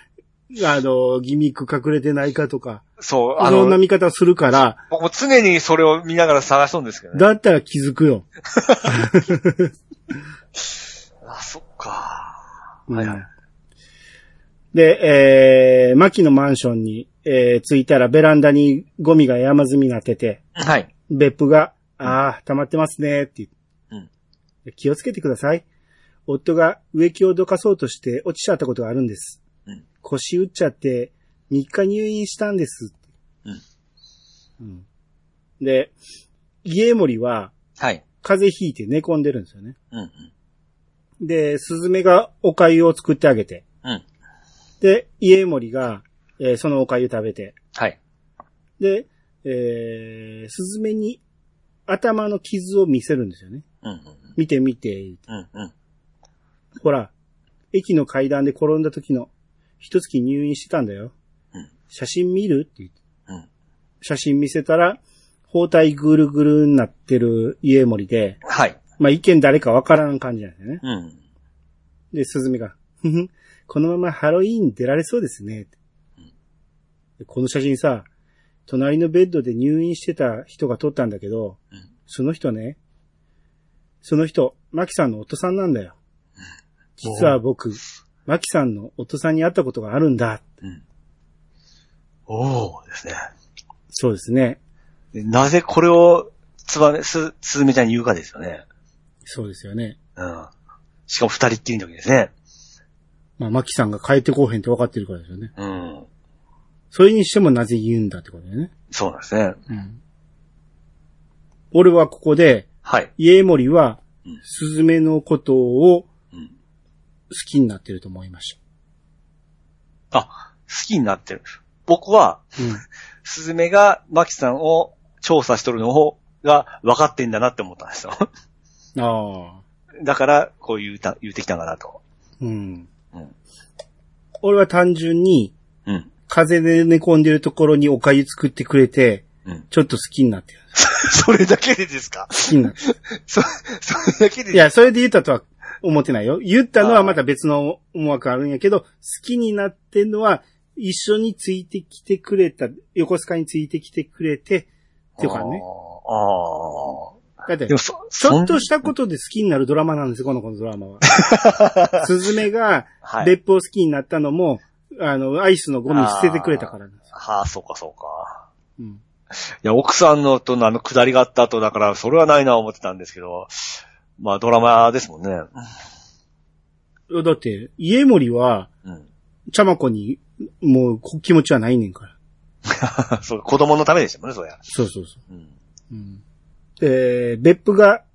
A: あの、ギミック隠れてないかとか、
B: えそう、あ
A: いろんな
B: の、
A: 見方するから、
B: 僕も常にそれを見ながら探しとるんですけどね。
A: だったら気づくよ。
B: あ、そっか。
A: うん
B: はいはい
A: で、えー、マキのマンションに、えー、着いたらベランダにゴミが山積みになってて、
B: はい。
A: 別府が、ああ、溜まってますね、って言う気をつけてください。夫が植木をどかそうとして落ちちゃったことがあるんです。
B: うん
A: 腰打っちゃって、3日入院したんです。
B: うん
A: うんで、家森は
B: はい。
A: 風邪ひいて寝込んでるんですよね。
B: うんうん。
A: で、スズメがお粥を作ってあげて。
B: うん
A: で、家森が、えーそのお粥食べて。
B: はい。
A: で、えー、スズメに頭の傷を見せるんですよね。
B: うんうん
A: 見て見て、
B: うん。うんうん。
A: ほら、駅の階段で転んだ時の、一月入院してたんだよ。
B: うん
A: 写真見るって言って、
B: うん
A: 写真見せたら、包帯ぐるぐるになってる家森で、
B: はい。
A: まあ、意見誰かわからん感じなんですよね。
B: うん。
A: で、スズメが、ふふんこのままハロウィーン出られそうですね。でこの写真さ、隣のベッドで入院してた人が撮ったんだけど、
B: うん
A: その人ね、その人、マキさんの夫さんなんだよ。実は僕、マキさんの夫さんに会ったことがあるんだ。
B: うん。おおですね。
A: そうですね。
B: でなぜこれを、つばめ、す、すずめちゃんに言うかですよね。
A: そうですよね。
B: うん。しかも二人っきりの時ですね。
A: まあ、マキさんが帰ってこうへんって分かってるからですよね。
B: うん。
A: それにしてもなぜ言うんだってことだよね。
B: そうなんですね。
A: 俺はここで、
B: はい。
A: 家森は
B: うん、
A: スズメのことを好
B: うん。
A: きになってると思いまし
B: あ、好きになってる。僕は、
A: た。うん。
B: すずめが、まきさんを調査しとるのを、が分かってんだなって思った んですよ。
A: ああ。
B: だから、こう言うた、言うてきたんかなと。
A: うん。
B: うん。
A: 俺は単純に、
B: うん。
A: 風邪で寝込んでるところにお粥作ってくれて、
B: うん。
A: ちょっと好きになってる。
B: それだけでですか
A: 好きになってる。
B: そ、それだけで
A: いや、それで言ったとは思ってないよ。言ったの
B: あ
A: は
B: ー
A: また別の思惑あるんやけど、好きになってんのは、一緒についてきてくれた、横須賀についてきてくれて、っていうかね。
B: あーあ
A: だって
B: ー。で、もそ、
A: ちょっと
B: し
A: したことで好きになるドラマなんですよ、このこのドラマは。スズメが
B: はい。
A: 別府を好きになったのも、あの、アイスのゴミ捨ててくれたからなんですよ。
B: はあ、そうか、そうか。
A: うん
B: いや、奥さんのとのあの、下りがあった後だから、それはないな思ってたんですけど、まあ、ドラマですもんね。
A: だって、家森は、
B: うん。
A: ちゃまこに、もうこ、気持ちはないねんから。
B: そう、子供のためでしたもんね、そりゃ。
A: そうそうそ
B: うん。
A: う。うん、で、別府が、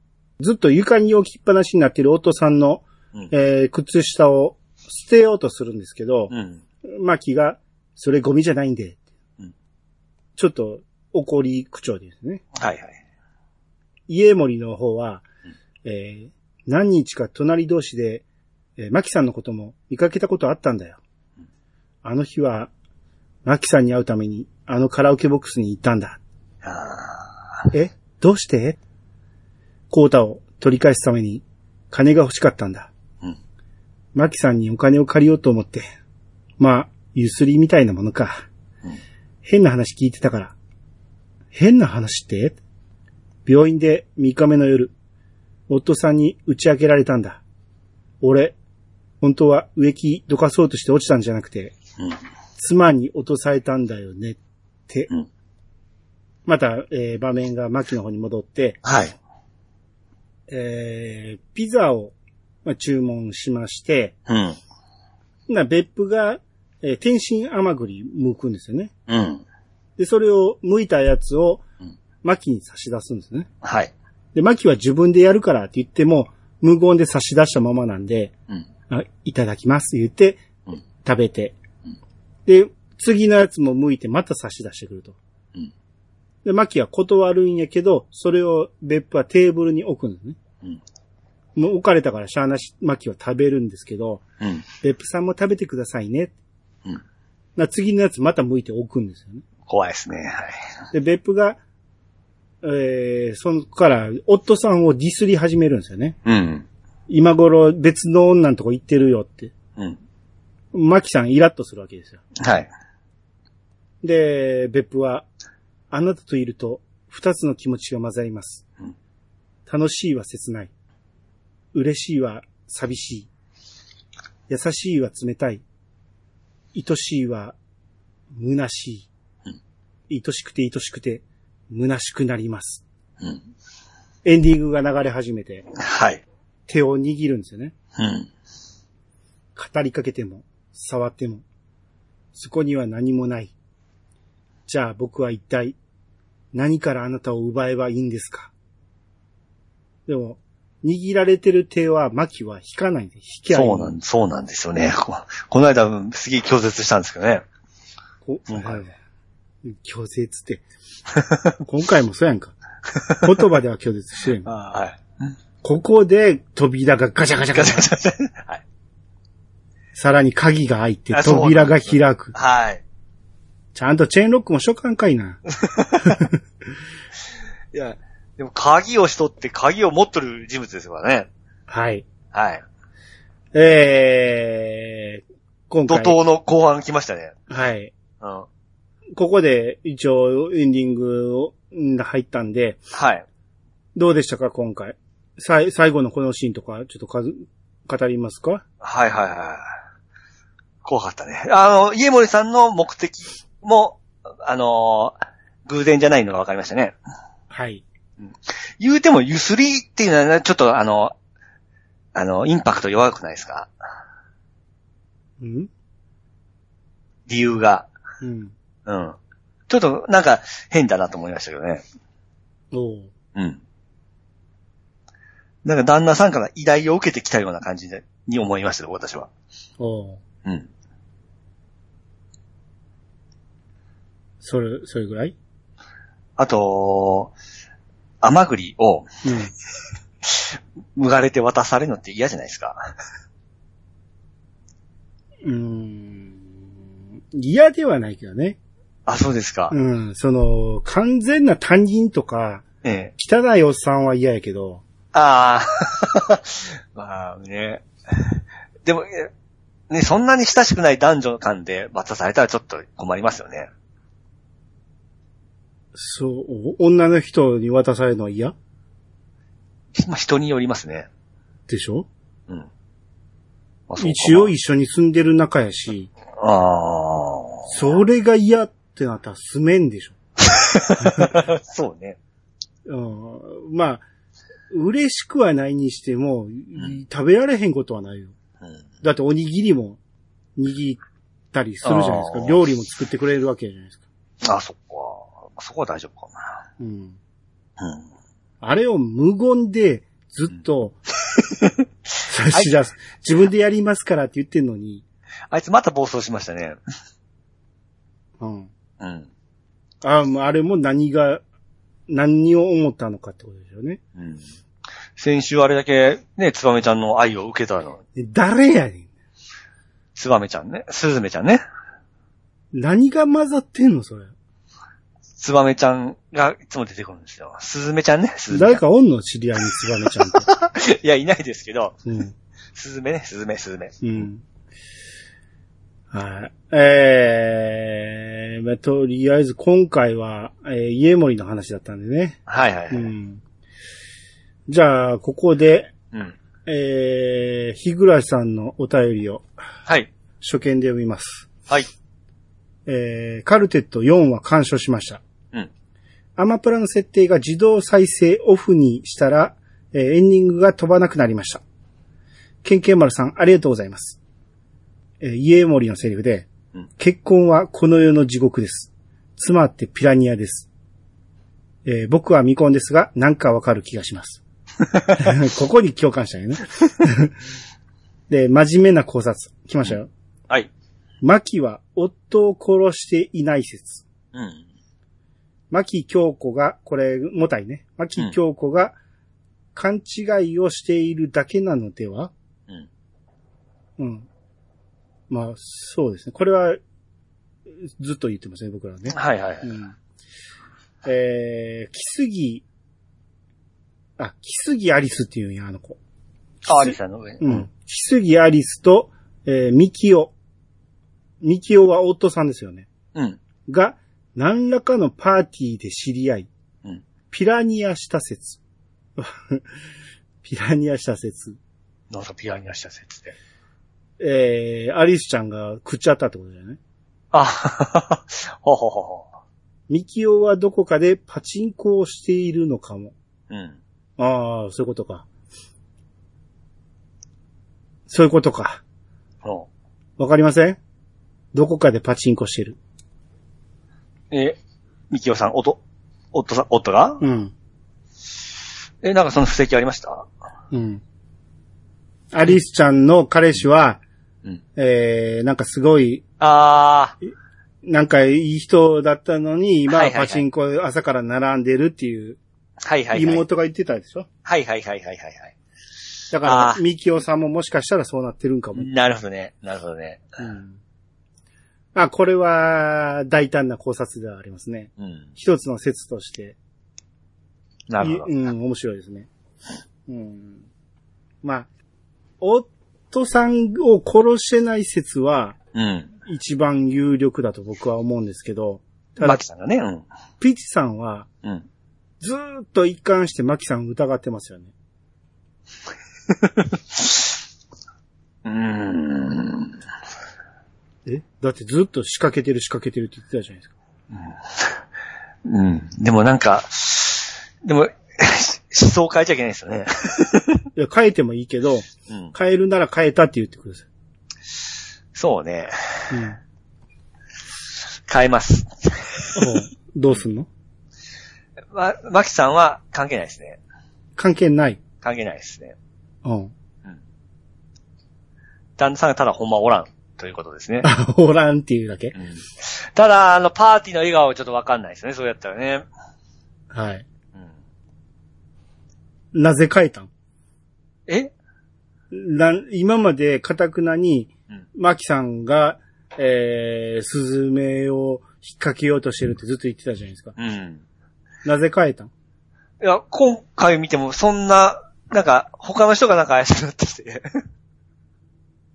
A: ずっと床に置きっぱなしになってるお父さんの、
B: うん
A: えー靴下を捨てようとするんですけど、
B: うん。
A: マキが、それゴミじゃないんで、
B: うん
A: ちょっと怒り口調ですね。
B: はいはい。
A: 家森の方は、えー何日か隣同士で、えーマキさんのことも見かけたことあったんだよ
B: うん。
A: あの日は、マキさんに会うために、あのカラオケボックスに行ったんだ。
B: あ
A: えどうしてコータを取り返すために、金が欲しかったんだ。
B: うん
A: マキさんにお金を借りようと思って。まあ、ゆすりみたいなものか。
B: うん
A: 変な話聞いてたから。変な話って病院で3日目の夜、夫さんに打ち明けられたんだ。俺、本当は植木どかそうとして落ちたんじゃなくて、
B: ーうん。
A: 妻に落とされたんだよねって。
B: うん
A: また、えー場面がマキの方に戻って、
B: はい。
A: えーピザを、まあ、注文しまして、
B: うん。
A: な、別府が、えー天津甘栗剥くんですよね。
B: うん。
A: で、それを剥いたやつを
B: うん、
A: マキに差し出すんですね。
B: はい。
A: で、マキは自分でやるからって言っても、無言で差し出したままなんで、
B: うん。
A: あいただきます言って
B: うん、
A: 食べて
B: うん。
A: で、次のやつも剥いてまた差し出してくると。
B: うん
A: で、マキは断るんやけど、それを別府はテーブルに置くんですね。
B: うん
A: もう置かれたからしゃあなし、マキは食べるんですけど、
B: うん。
A: 別府さんも食べてくださいね。
B: うん
A: な次のやつまた剥いて置くんですよね。
B: 怖いですね。はい。
A: で、別府が、えー、そのから、夫さんをディスり始めるんですよね。
B: うん。
A: 今頃別の女のとこ行ってるよって。
B: うん。
A: マキさんイラッとするわけですよ。
B: はい。
A: で、別府は、あなたといると、二つの気持ちが混ざります
B: うん。
A: 楽しいは切ない。嬉しいは寂しい。優しいは冷たい。愛しいは虚し
B: うん
A: い。愛しくて愛しくて虚しくなります。
B: うん。
A: エンディングが流れ始めて、
B: はい。
A: 手を握るんですよね。
B: うん。
A: 語りかけても、触っても、そこには何もない。じゃあ僕は一体、何からあなたを奪えばいいんですかでも、握られてる手は、マキは引かないんで、引きゃいい。
B: そうなん、そうなんですよね。ここの間、すげえ拒絶したんですけどね。
A: こ
B: うん
A: はい拒絶って。 今回もそうやんか。言葉では拒絶してるやん。
B: はい。
A: ここで扉がガチャガチャガ
B: ガ
A: チ
B: チ
A: ャ
B: ャ。ガチャガチャ。はい。
A: さらに鍵が開いて
B: あそうな
A: 扉
B: んで
A: が
B: すよ
A: 開く。
B: はい。
A: ちゃんとチェーンロックもしとかんかいな。
B: いや、でも鍵をしとって鍵を持っとる人物ですからね。
A: はい。
B: はい。
A: えー、今
B: 怒
A: 回。
B: 涛の後半来ましたね。
A: はい。
B: うん。
A: ここで一応エンディングをん入ったんで、
B: はい。
A: どうでしたか今回。さい最後のこのシーンとか、ちょっとかず語りますか
B: はいはいはい。怖かったね。あの、家森さんの目的も、あのー偶然じゃないのが分かりましたね。
A: はい。
B: 言うても、ゆすりっていうのは、ちょっとあの、あの、インパクト弱くないですか
A: うん
B: 理由が。
A: うん。
B: うん。ちょっと、なんか、変だなと思いましたけどね。
A: おう
B: うん。なんか、旦那さんから依頼を受けてきたような感じで、に思いましたよ、私は。
A: おう
B: うん。
A: それ、それぐらい
B: あと、甘栗
A: う
B: を、
A: ん。
B: むがれて渡されるのって嫌じゃないですか。
A: うーん。嫌ではないけどね。
B: あ、そうですか。
A: うん。その、完全な担任とか、
B: ええ。
A: 汚いおっさんは嫌やけど、
B: ああ、 まあね。でも、えね、そんなに親しくない男女間で渡されたらちょっと困りますよね。
A: そう、女の人に渡されるのは嫌
B: まあ人によりますね。
A: でしょ
B: うん。まあ
A: 一応
B: い
A: 一緒に住んでる仲やし、
B: あ
A: それが嫌ってなったら住めんでしょ。
B: あ。 そうね。
A: うん、まあ、嬉しくはないにしても、食べられへんことはないよ。
B: うん。
A: だっておにぎりも握ったりするじゃないです
B: あ
A: か。
B: ー
A: 料理も作ってくれるわけじゃないですか。
B: あ、そっか。そこは大丈夫か
A: うん。
B: な。うん。
A: あれを無言でずっと、さしだす。自分でやりますからって言ってんのに。
B: あいつまた暴走しましたね。
A: うん。
B: うん。
A: あもうあれも何が、何を思ったのかってことですよね。
B: うん。先週あれだけ、ね、つばめちゃんの愛を受けたの。
A: で誰やねん。
B: つばめちゃんね。すずめちゃんね。
A: 何が混ざってんの、それ。
B: つばめちゃんがいつも出てくるんですよ。すずめちゃんね。すずめ
A: 誰
B: ちゃ
A: かおんの知り合いにつばめちゃ んと。
B: ん。 いや、いないですけど、
A: うん。
B: すずめね、すずめ、すずめ。
A: うん。はい。えー、まあ、とりあえず今回は、えー、家森の話だったんでね。
B: はいはいは
A: う
B: い。
A: ん。じゃあ、ここで、
B: うん。
A: えー、日暮さんのお便りを
B: はい。
A: 初見で読みます。
B: はい。
A: えー、カルテット4は完書しました。
B: うん。
A: アマプラの設定が自動再生オフにしたら、えーエンディングが飛ばなくなりました。ケンケンマルさん、ありがとうございます。えー、家森のセリフで、
B: うん
A: 結婚はこの世の地獄です。妻ってピラニアです。えー僕は未婚ですが、なんかわかる気がし ます。ここに共感したよね。 で、真面目な考察、来ましたよ。
B: はい。
A: マキは夫を殺していない説。
B: うん。
A: マキ京子が、これ、もたいね。マキ京子が勘違いをしているだけなのでは
B: うん。
A: うん。まあ、そうですね。これは、ずっと言ってますね、僕らはね。
B: はいはいは
A: う
B: い。
A: ん。えー、キスギ、あ、キスギアリスっていうんや、あの子。
B: あ、アリさんの上。
A: うん。キスギアリスと、えー、ミキオ。ミキオは夫さんですよね。
B: うん。
A: が何らかのパーティーで知り合い、
B: うん
A: ピラニアした説。 ピラニアした説。
B: なんかピアニアした説で。
A: えー、アリスちゃんが食っちゃったってことだよね。
B: あ、 ほうほうほうほ
A: ミキオはどこかでパチンコをしているのかも。
B: う。うん。
A: ああ、そういうことか。そういうことか。
B: ほ
A: わかりませんどこかでパチンコしてる。
B: う。え、みきおさん、おと、おとさん、おとが
A: うん。
B: え、なんかその布石ありました
A: うん。アリスちゃんの彼氏は、
B: うん
A: えー、なんかすごい
B: あー、
A: なんかいい人だったのに、今
B: はい
A: は
B: はいはい
A: パチンコ朝から並んでるっていう
B: はいはいはい。
A: 妹が言ってたでしょ
B: はいはいはいはいはいはい。
A: だ
B: あ
A: から、
B: ー
A: ミキオさんももしかしたらそうなってるんかも。
B: なるほどね。なるほどね。
A: うんあ、これは大胆な考察ではありますね。
B: うん。
A: 一つの説として。
B: なるほど
A: い。うん、面白いですね。うん。まあ、夫さんを殺してない説は
B: うん。
A: 一番有力だと僕は思うんですけど、た
B: マ
A: だ
B: キ、さんがね、うん。
A: ピチさんは
B: うん。
A: ずーっと一貫してマキさんを疑ってますよね。
B: うーん。
A: えだってずっと仕掛けてる仕掛けてるって言ってたじゃないですか。
B: うん。でもなんか、でも、思 想を変えちゃいけないですよね。
A: いや、変えてもいいけど、
B: うん。
A: 変えるなら変えたって言ってくださ
B: そうね。
A: い。
B: 変えます。
A: うん。おうどうすんの
B: ま、マキさんは関係ないですね。
A: 関係ない。
B: 関係ないですね。
A: うん。
B: 旦那さんがただほんまおらんということですね。
A: あ、おらんっていうだけ
B: う。ん、ただ、あの、パーティーの笑顔はちょっとわかんないですね。そうやったらね。
A: はい。
B: うん、
A: なぜ変えたん
B: え
A: なん今までカタクナに
B: うん、
A: マキさんが、えー、スズメを引っ掛けようとしてるってずっと言ってたじゃないですか。
B: うん。
A: なぜ変えたん
B: いや、今回見てもそんな、なんか、他の人がなんか怪しくなってきて。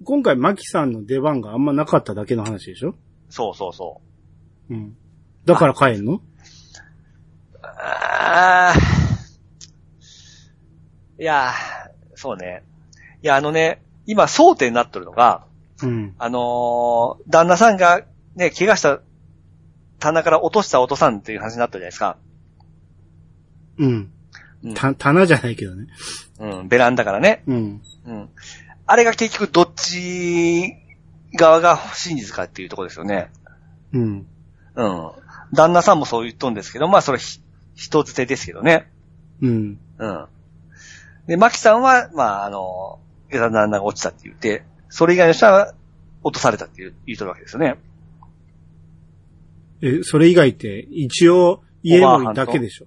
A: 今回マキさんの出番があんまなかっただけの話でしょ
B: そうそうそう。
A: うん。だから変えんの
B: あーいやー、そうね。いや、あのね、今争点になっとるのが、
A: うん。
B: あのー旦那さんがね、怪我した棚から落としたお父さんっていう話になったじゃないですか。
A: うん
B: うん。
A: た、棚じゃないけどね。
B: うん、ベランダからね。
A: うん。
B: うん。あれが結局どっち側が真実かっていうところですよね。
A: うん。
B: うん。旦那さんもそう言っとんですけど、まあそれひ人捨てですけどね。
A: うん。
B: うん。で、マキさんは、まああの、下駄の旦那が落ちたって言って、それ以外の人は落とされたって言う言うとるわけですよね。
A: え、それ以外って、一応、家森だけでしょ。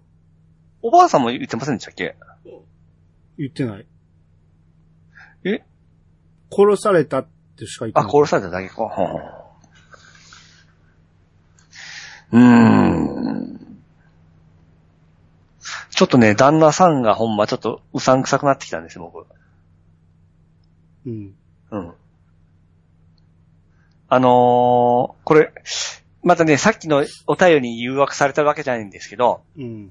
B: おばあさんも言ってませんでしたっけ
A: 言ってない。
B: え
A: 殺されたってしか言って
B: あ、
A: ない。
B: 殺されただけか。ほうほううーん。ちょっとね、旦那さんがほんまちょっとうさんくさくなってきたんですよ、僕。
A: うん。
B: うん。あのー、これ、またね、さっきのお便りに誘惑されたわけじゃないんですけど、
A: うん。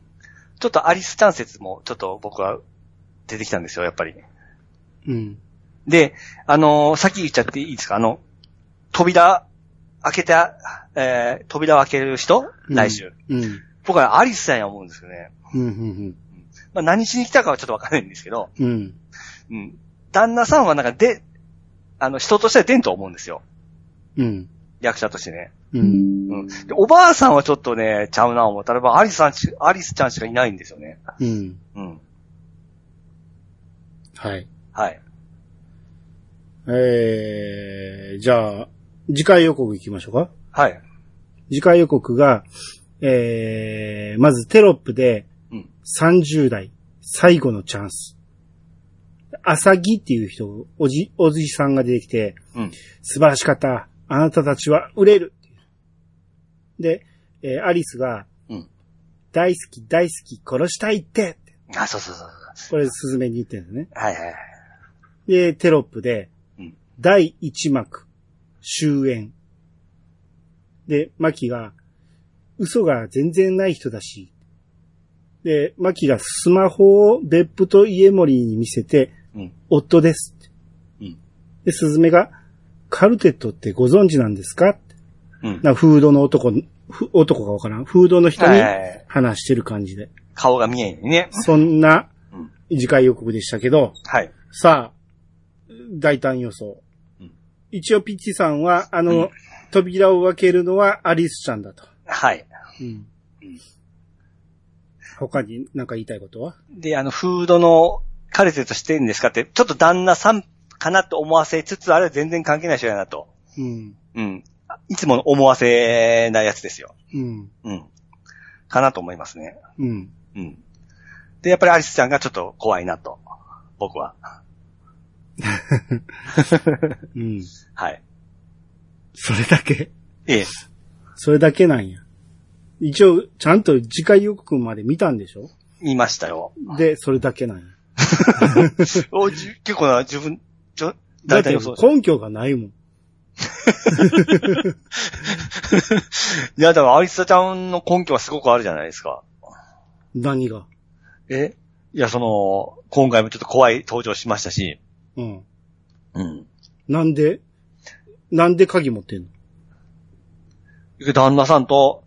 B: ちょっとアリスチャン説もちょっと僕は出てきたんですよ、やっぱり。
A: うん。
B: で、あのー先言っちゃっていいですかあの、扉、開けた、えー、扉を開ける人
A: うん
B: 来週。
A: うん。
B: 僕はアリスさんや思うんですよね。
A: うん。うん。
B: まあ、何しに来たかはちょっとわかんないんですけど、
A: うん。うん
B: うん。旦那さんはなんかで、あの、人としては出んと思うんですよ。
A: うん。
B: 役者としてね。
A: うん。
B: うん。で、おばあさんはちょっとね、ちゃうな思ったらば、アリスさんし、アリスちゃんしかいないんですよね。
A: うん。
B: うん。
A: はい。
B: はい。
A: えー、じゃあ、次回予告行きましょうか。
B: はい。
A: 次回予告が、えー、まずテロップで
B: うん、
A: 30代、最後のチャンス。朝木っていう人、おじ、おじさんが出てきて、
B: うん。
A: 素晴らしかった。あなたたちは売れる。で、えーアリスが、
B: うん
A: 大好き、大好き、殺したいって。
B: あ、そうそうそうそ
A: こ
B: う。
A: れ、スズメに言ってるんですね。
B: はいはいはい。
A: で、テロップで、
B: うん
A: 第1幕、終焉。で、マキが、嘘が全然ない人だし。で、マキがスマホを別府と家森に見せて、
B: うん
A: 夫です。
B: うん
A: で、スズメが、カルテットってご存知なんですか
B: うん。
A: な、フードの男の、ふ男がわからん。フードの人
B: は
A: に
B: いはいはい。
A: 話してる感じで。
B: 顔が見えんようにね。
A: そんな
B: うん、
A: 次回予告でしたけど、
B: はい。
A: さあ、大胆予想。
B: うん
A: 一応、ピッチさんは、あの、
B: うん
A: 扉を開けるのはアリスちゃんだと。
B: はい。うん
A: 他に何か言いたいことは
B: で、あの、フードのカルテとしてんですかって、ちょっと旦那さんかなと思わせつつ、あれは全然関係ない人やなと。
A: うん。
B: うん。あいつもの思わせなやつですよ。
A: うん。
B: うん。かなと思いますね。
A: うん。
B: うん。で、やっぱりアリスちゃんがちょっと怖いなと。僕は。
A: うん。
B: はい。
A: それだけ。
B: ええ。
A: それだけなんや。一応、ちゃんと次回予告まで見たんでしょ
B: 言いましたよ。
A: で、それだけなんや。
B: おじ結構な、自分、ちょ、
A: だ
B: 大
A: って
B: 体予想
A: 根拠がないもん。
B: いや、だからアリスちゃんの根拠はすごくあるじゃないですか。
A: 何が。
B: えいや、その、今回もちょっと怖い登場しましたし。
A: うん。
B: うん。
A: なんで、なんで鍵持ってんの
B: 旦那さんと、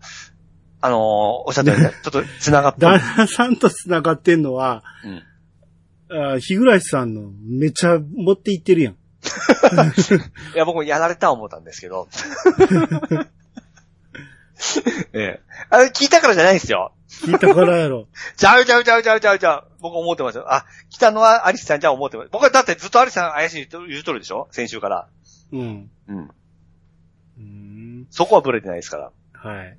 B: あのーおっしゃった ように、ちょっと繋がった。
A: 旦那さんと繋がってんのは、
B: うん
A: あ日暮さんのめちゃ持っていってるやん。
B: いや、僕もやられた思ったんですけ ど。ええ。あれ、聞いたからじゃないんですよ。
A: 聞いたからやろ。
B: ちゃうちゃうちゃうちゃうちゃうちゃう。僕思ってますよ。あ、来たのはアリスさんじゃ思ってます。僕はだってずっとアリスさん怪しい言うと言うとるでしょ先週から。
A: うん。
B: うん。
A: うーん
B: そこはブレてないですから。
A: はい。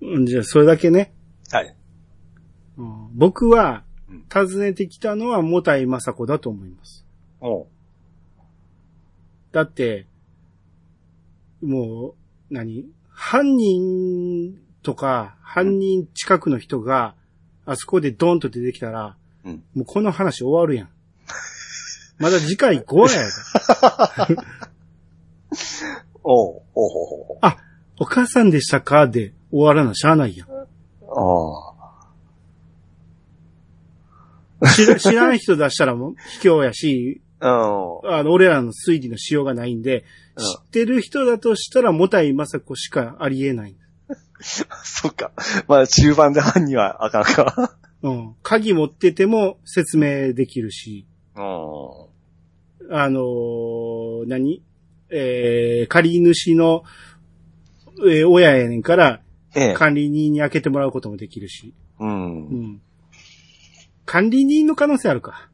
B: うん。
A: うんじゃあ、それだけね。
B: はい。
A: うん僕は
B: うん、
A: 訪ねてきたのは、もたいまさこだと思います。
B: おう
A: だって、もう、何犯人とか、犯人近くの人が、あそこでドンと出てきたら、
B: うん
A: もうこの話終わるやん。まだ次回5やで。
B: おうおうほうほうほう。
A: お母さんでしたかで終わらなしゃあないやん。
B: ああ。
A: 知ら知らん人出した らもう卑怯やし、
B: うん。
A: あの、俺らの推理のしようがないんで、
B: うん
A: 知ってる人だとしたら、もたいまさこしかありえない。
B: そっか。まあ、中盤で犯人はあかんか。
A: うん。鍵持ってても説明できるし、
B: うん。
A: あのー何えー、借り主の、えー親やねんから、
B: ええ。
A: 管理人に開けてもらうこともできるし。
B: う。
A: うんん。管理人の可能性あるか。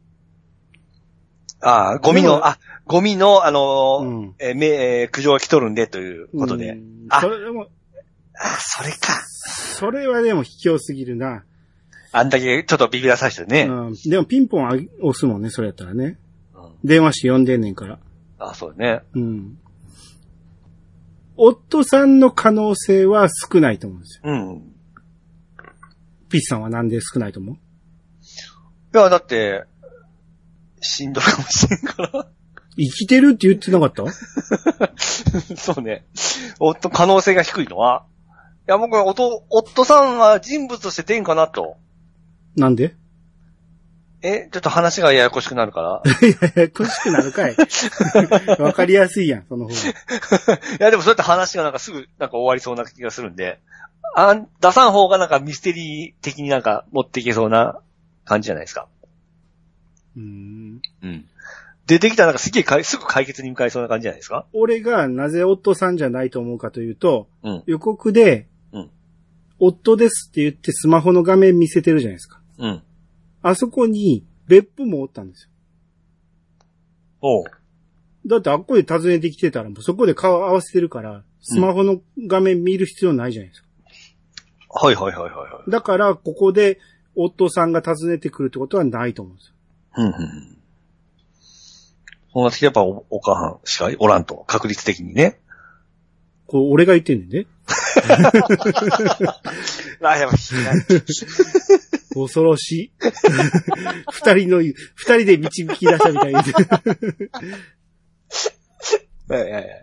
B: ああ、ゴミ
A: でも
B: の、あ、ゴミの、あ
A: う
B: のー、
A: ん。
B: えーめ、えー苦情が来とるんで、ということで。
A: うん
B: あ
A: それでも、
B: あ、それか。
A: それはでも卑怯すぎるな。
B: あんだけちょっとビビらさしてね。
A: うん。でもピンポンあげ押すもんね、それやったらね。
B: うん
A: 電話して呼んでんねんから。
B: あ、そうね。
A: うん。夫さんの可能性は少ないと思うんですよ。
B: うん。
A: ピッチさんはなんで少ないと思う
B: いや、だって、しんどるかもしれんから。
A: 生きてるって言ってなかった
B: そうね。夫、可能性が低いのは。いや、僕は、夫、夫さんは人物として出んかなと。
A: なん で
B: え、ちょっと話がややこしくなるから。
A: ややこしくなるかい。 わかりやすいやん、その方が。
B: いや、でもそうやって話がなんかすぐ、なんか終わりそうな気がするんで。あん出さん方がなんかミステリー的になんか持っていけそうな感じじゃないですか。
A: うん。
B: うん。出てきたらなんかすげえかいすぐ解決に向かいそうな感じじゃないですか。
A: 俺がなぜ夫さんじゃないと思うかというと、
B: うん
A: 予告で、
B: うん
A: 夫ですって言ってスマホの画面見せてるじゃないですか。
B: うん。
A: あそこに別府もおったんですよ。
B: おう。
A: だってあっこで訪ねてきてたら、もうそこで顔合わせてるから、スマホの画面見る必要ないじゃないですか。
B: はいはいはいはいはい。
A: だから、ここで夫さんが訪ねてくるってことはないと思うんですよ。
B: うんうんうん。そうなってきてやっぱお、お母さんしかおらんと、確率的にね。
A: こう、俺が言ってんねんね。
B: あ、やっぱ、
A: 恐ろしい。 二人の言う、二人で導き出したみたいに。
B: いやいや
A: はい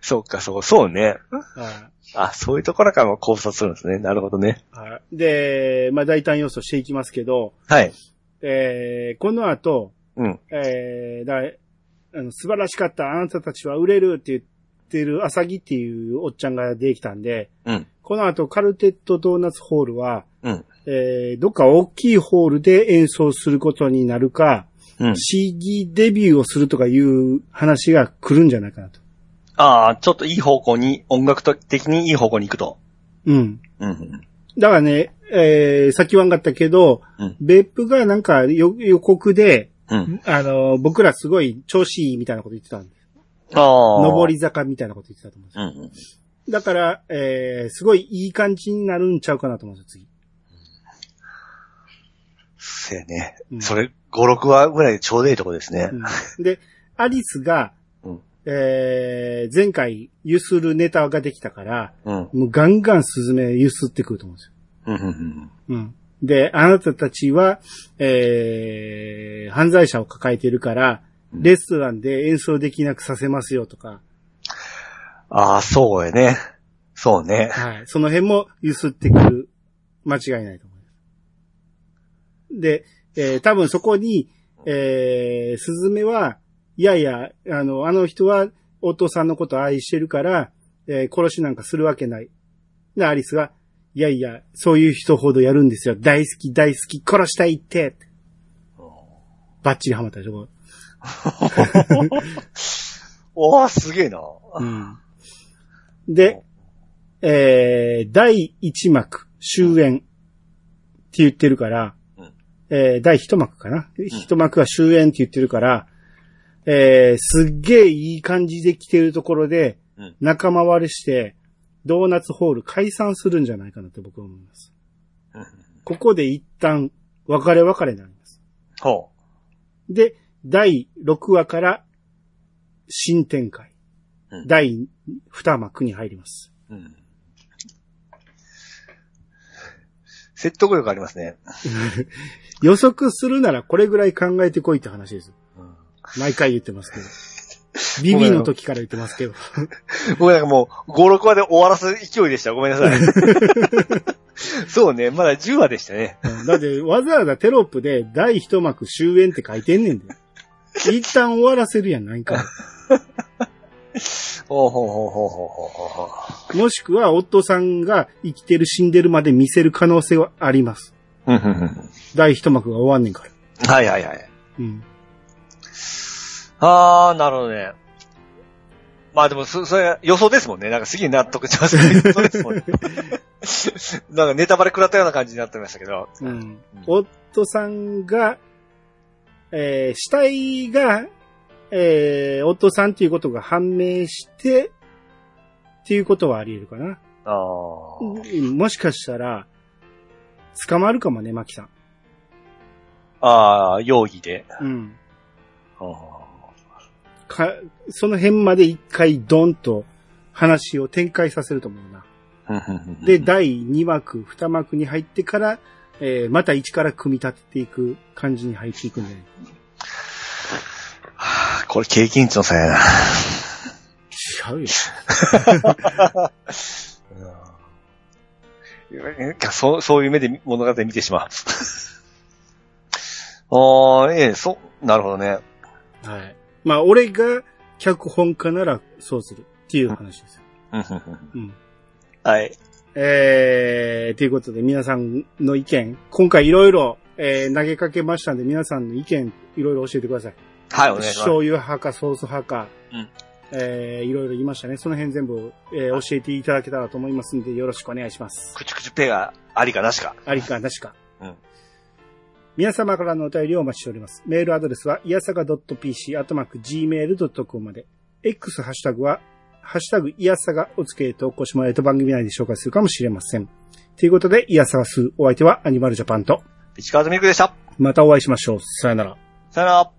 B: そうか、そう、そうね。
A: は
B: あ、そういうところからも考察するんですね。なるほどね。
A: いはい で、まあ大胆予想していきますけど、
B: はい。
A: えー、この後、
B: うん。
A: えー、だあの素晴らしかった、あなたたちは売れるって言ってるアサギっていうおっちゃんができたんで、
B: うん。
A: この後カルテットドーナツホールは、
B: うん。
A: えー、どっか大きいホールで演奏することになるか、
B: うん。
A: CD デビューをするとかいう話が来るんじゃないかなと。
B: ああ、ちょっといい方向に、音楽的にいい方向に行くと。
A: うん。
B: うんうん。
A: だからね、えー、先はんかったけど、
B: うん
A: 別府がなんかよ予告で、
B: うん。
A: あのー僕らすごい調子いいみたいなこと言ってたんで、
B: ああ。
A: 上り。坂みたいなこと言ってたと思うんです
B: うんう
A: よ。
B: ん。
A: だから、えー、すごいいい感じになるんちゃうかなと思うんですよ、
B: せやね。
A: うん
B: それ、5、6話ぐらいでちょうどいいとこですね。
A: 次。うん、で、アリスが、
B: うん
A: えー、前回ゆするネタができたから、
B: うん。
A: もうガンガンスズメゆすってくると思うんですよ。
B: うんうんうん。
A: うん。で、あなたたちは、えー、犯罪者を抱えているから、
B: うん
A: レストランで演奏できなくさせますよとか、
B: ああ、そうやね。そうね。
A: はい。その辺も揺すってくる。間違いないと思います。で、えー多分そこに、えー、スズメは、いやいや、あの、あの人は、お父さんのこと愛してるから、えー殺しなんかするわけない。で、アリスが、いやいや、そういう人ほどやるんですよ。大好き、大好き、殺したいって。バッチリハマったでしょ、
B: おー、すげえな。
A: うん、で、えー、第1幕、終焉って言ってるから、
B: うん
A: えー、第1幕かな、一 ?1 幕は終焉って言ってるから、えー、すっげえいい感じで来てるところで
B: うん、
A: 仲間割れして、ドーナツホール解散するんじゃないかなって僕は思います。
B: うん
A: ここで一旦、別れ別れになります。
B: ほ
A: で、第6話から、新展開
B: う。ん
A: 第2幕に入ります。
B: う。うん説得力ありますね。
A: 予測するならこれぐらい考えてこいって話です。毎回言ってますけど。 ビビの時から言ってますけど。
B: 僕なんかもう、5、6話で終わらす勢いでした。ごめんな さい。そうね、まだ10話でしたね。
A: だってわざわざテロップで第一幕終焉って書いてんねんで。一旦終わらせるやん、何か。
B: ほうほうほうほうほうほうほう
A: もしくは、夫さんが生きてる死んでるまで見せる可能性はあります。
B: うんうんうん
A: 第一幕が終わんねんから。
B: はいはいはい。
A: うん。
B: あー、なるほどね。まあでも、そ、それ、予想ですもんね。なんかすげえ納得しましたね。そうですもんね。なんかネタバレ食らったような感じになってましたけど。
A: うん。夫さんがえー死体が、えー夫さんということが判明して、っていうことはあり得るかな。
B: ああ。
A: もしかしたら、捕まるかもね、マキさん。
B: ああ、容疑で。
A: うん。
B: あー
A: か、その辺まで一回ドンと話を展開させると思うな。で、第2幕、2幕に入ってから、えーまた一から組み立てていく感じに入っていくんじゃない
B: はあこれ経験値の差やな。
A: 違うよ。
B: うんそう、そういう目で物語見てしまう。ああ、ええ、そう、なるほどね。
A: はい。まあ、俺が脚本家ならそうするっていう話ですよ。
B: うんうんうん
A: うん。
B: はい。
A: えー、ということで皆さんの意見、今回いろいろ、えー投げかけましたんで皆さんの意見いろいろ教えてください。
B: はい、お願いします。
A: 醤油派かソース派か、
B: うん
A: えーいろいろ言いましたね。その辺全部、えー教えていただけたらと思いますんでよろしくお願いします。
B: くちゅくちゅペがありかなしか。
A: ありかなしか。
B: うん
A: 皆様からのお便りをお待ちしております。メールアドレスは、いやさが .pc、あとマーク gmail.com まで。X ハッシュタグは、ハッシュタグ、いやさがをつけて投稿してもらえると番組内で紹介するかもしれません。ということで、いやさがす、お相手はアニマルジャパンと、
B: 市川とみくでした。
A: またお会いしましょう。さよなら。
B: さよなら。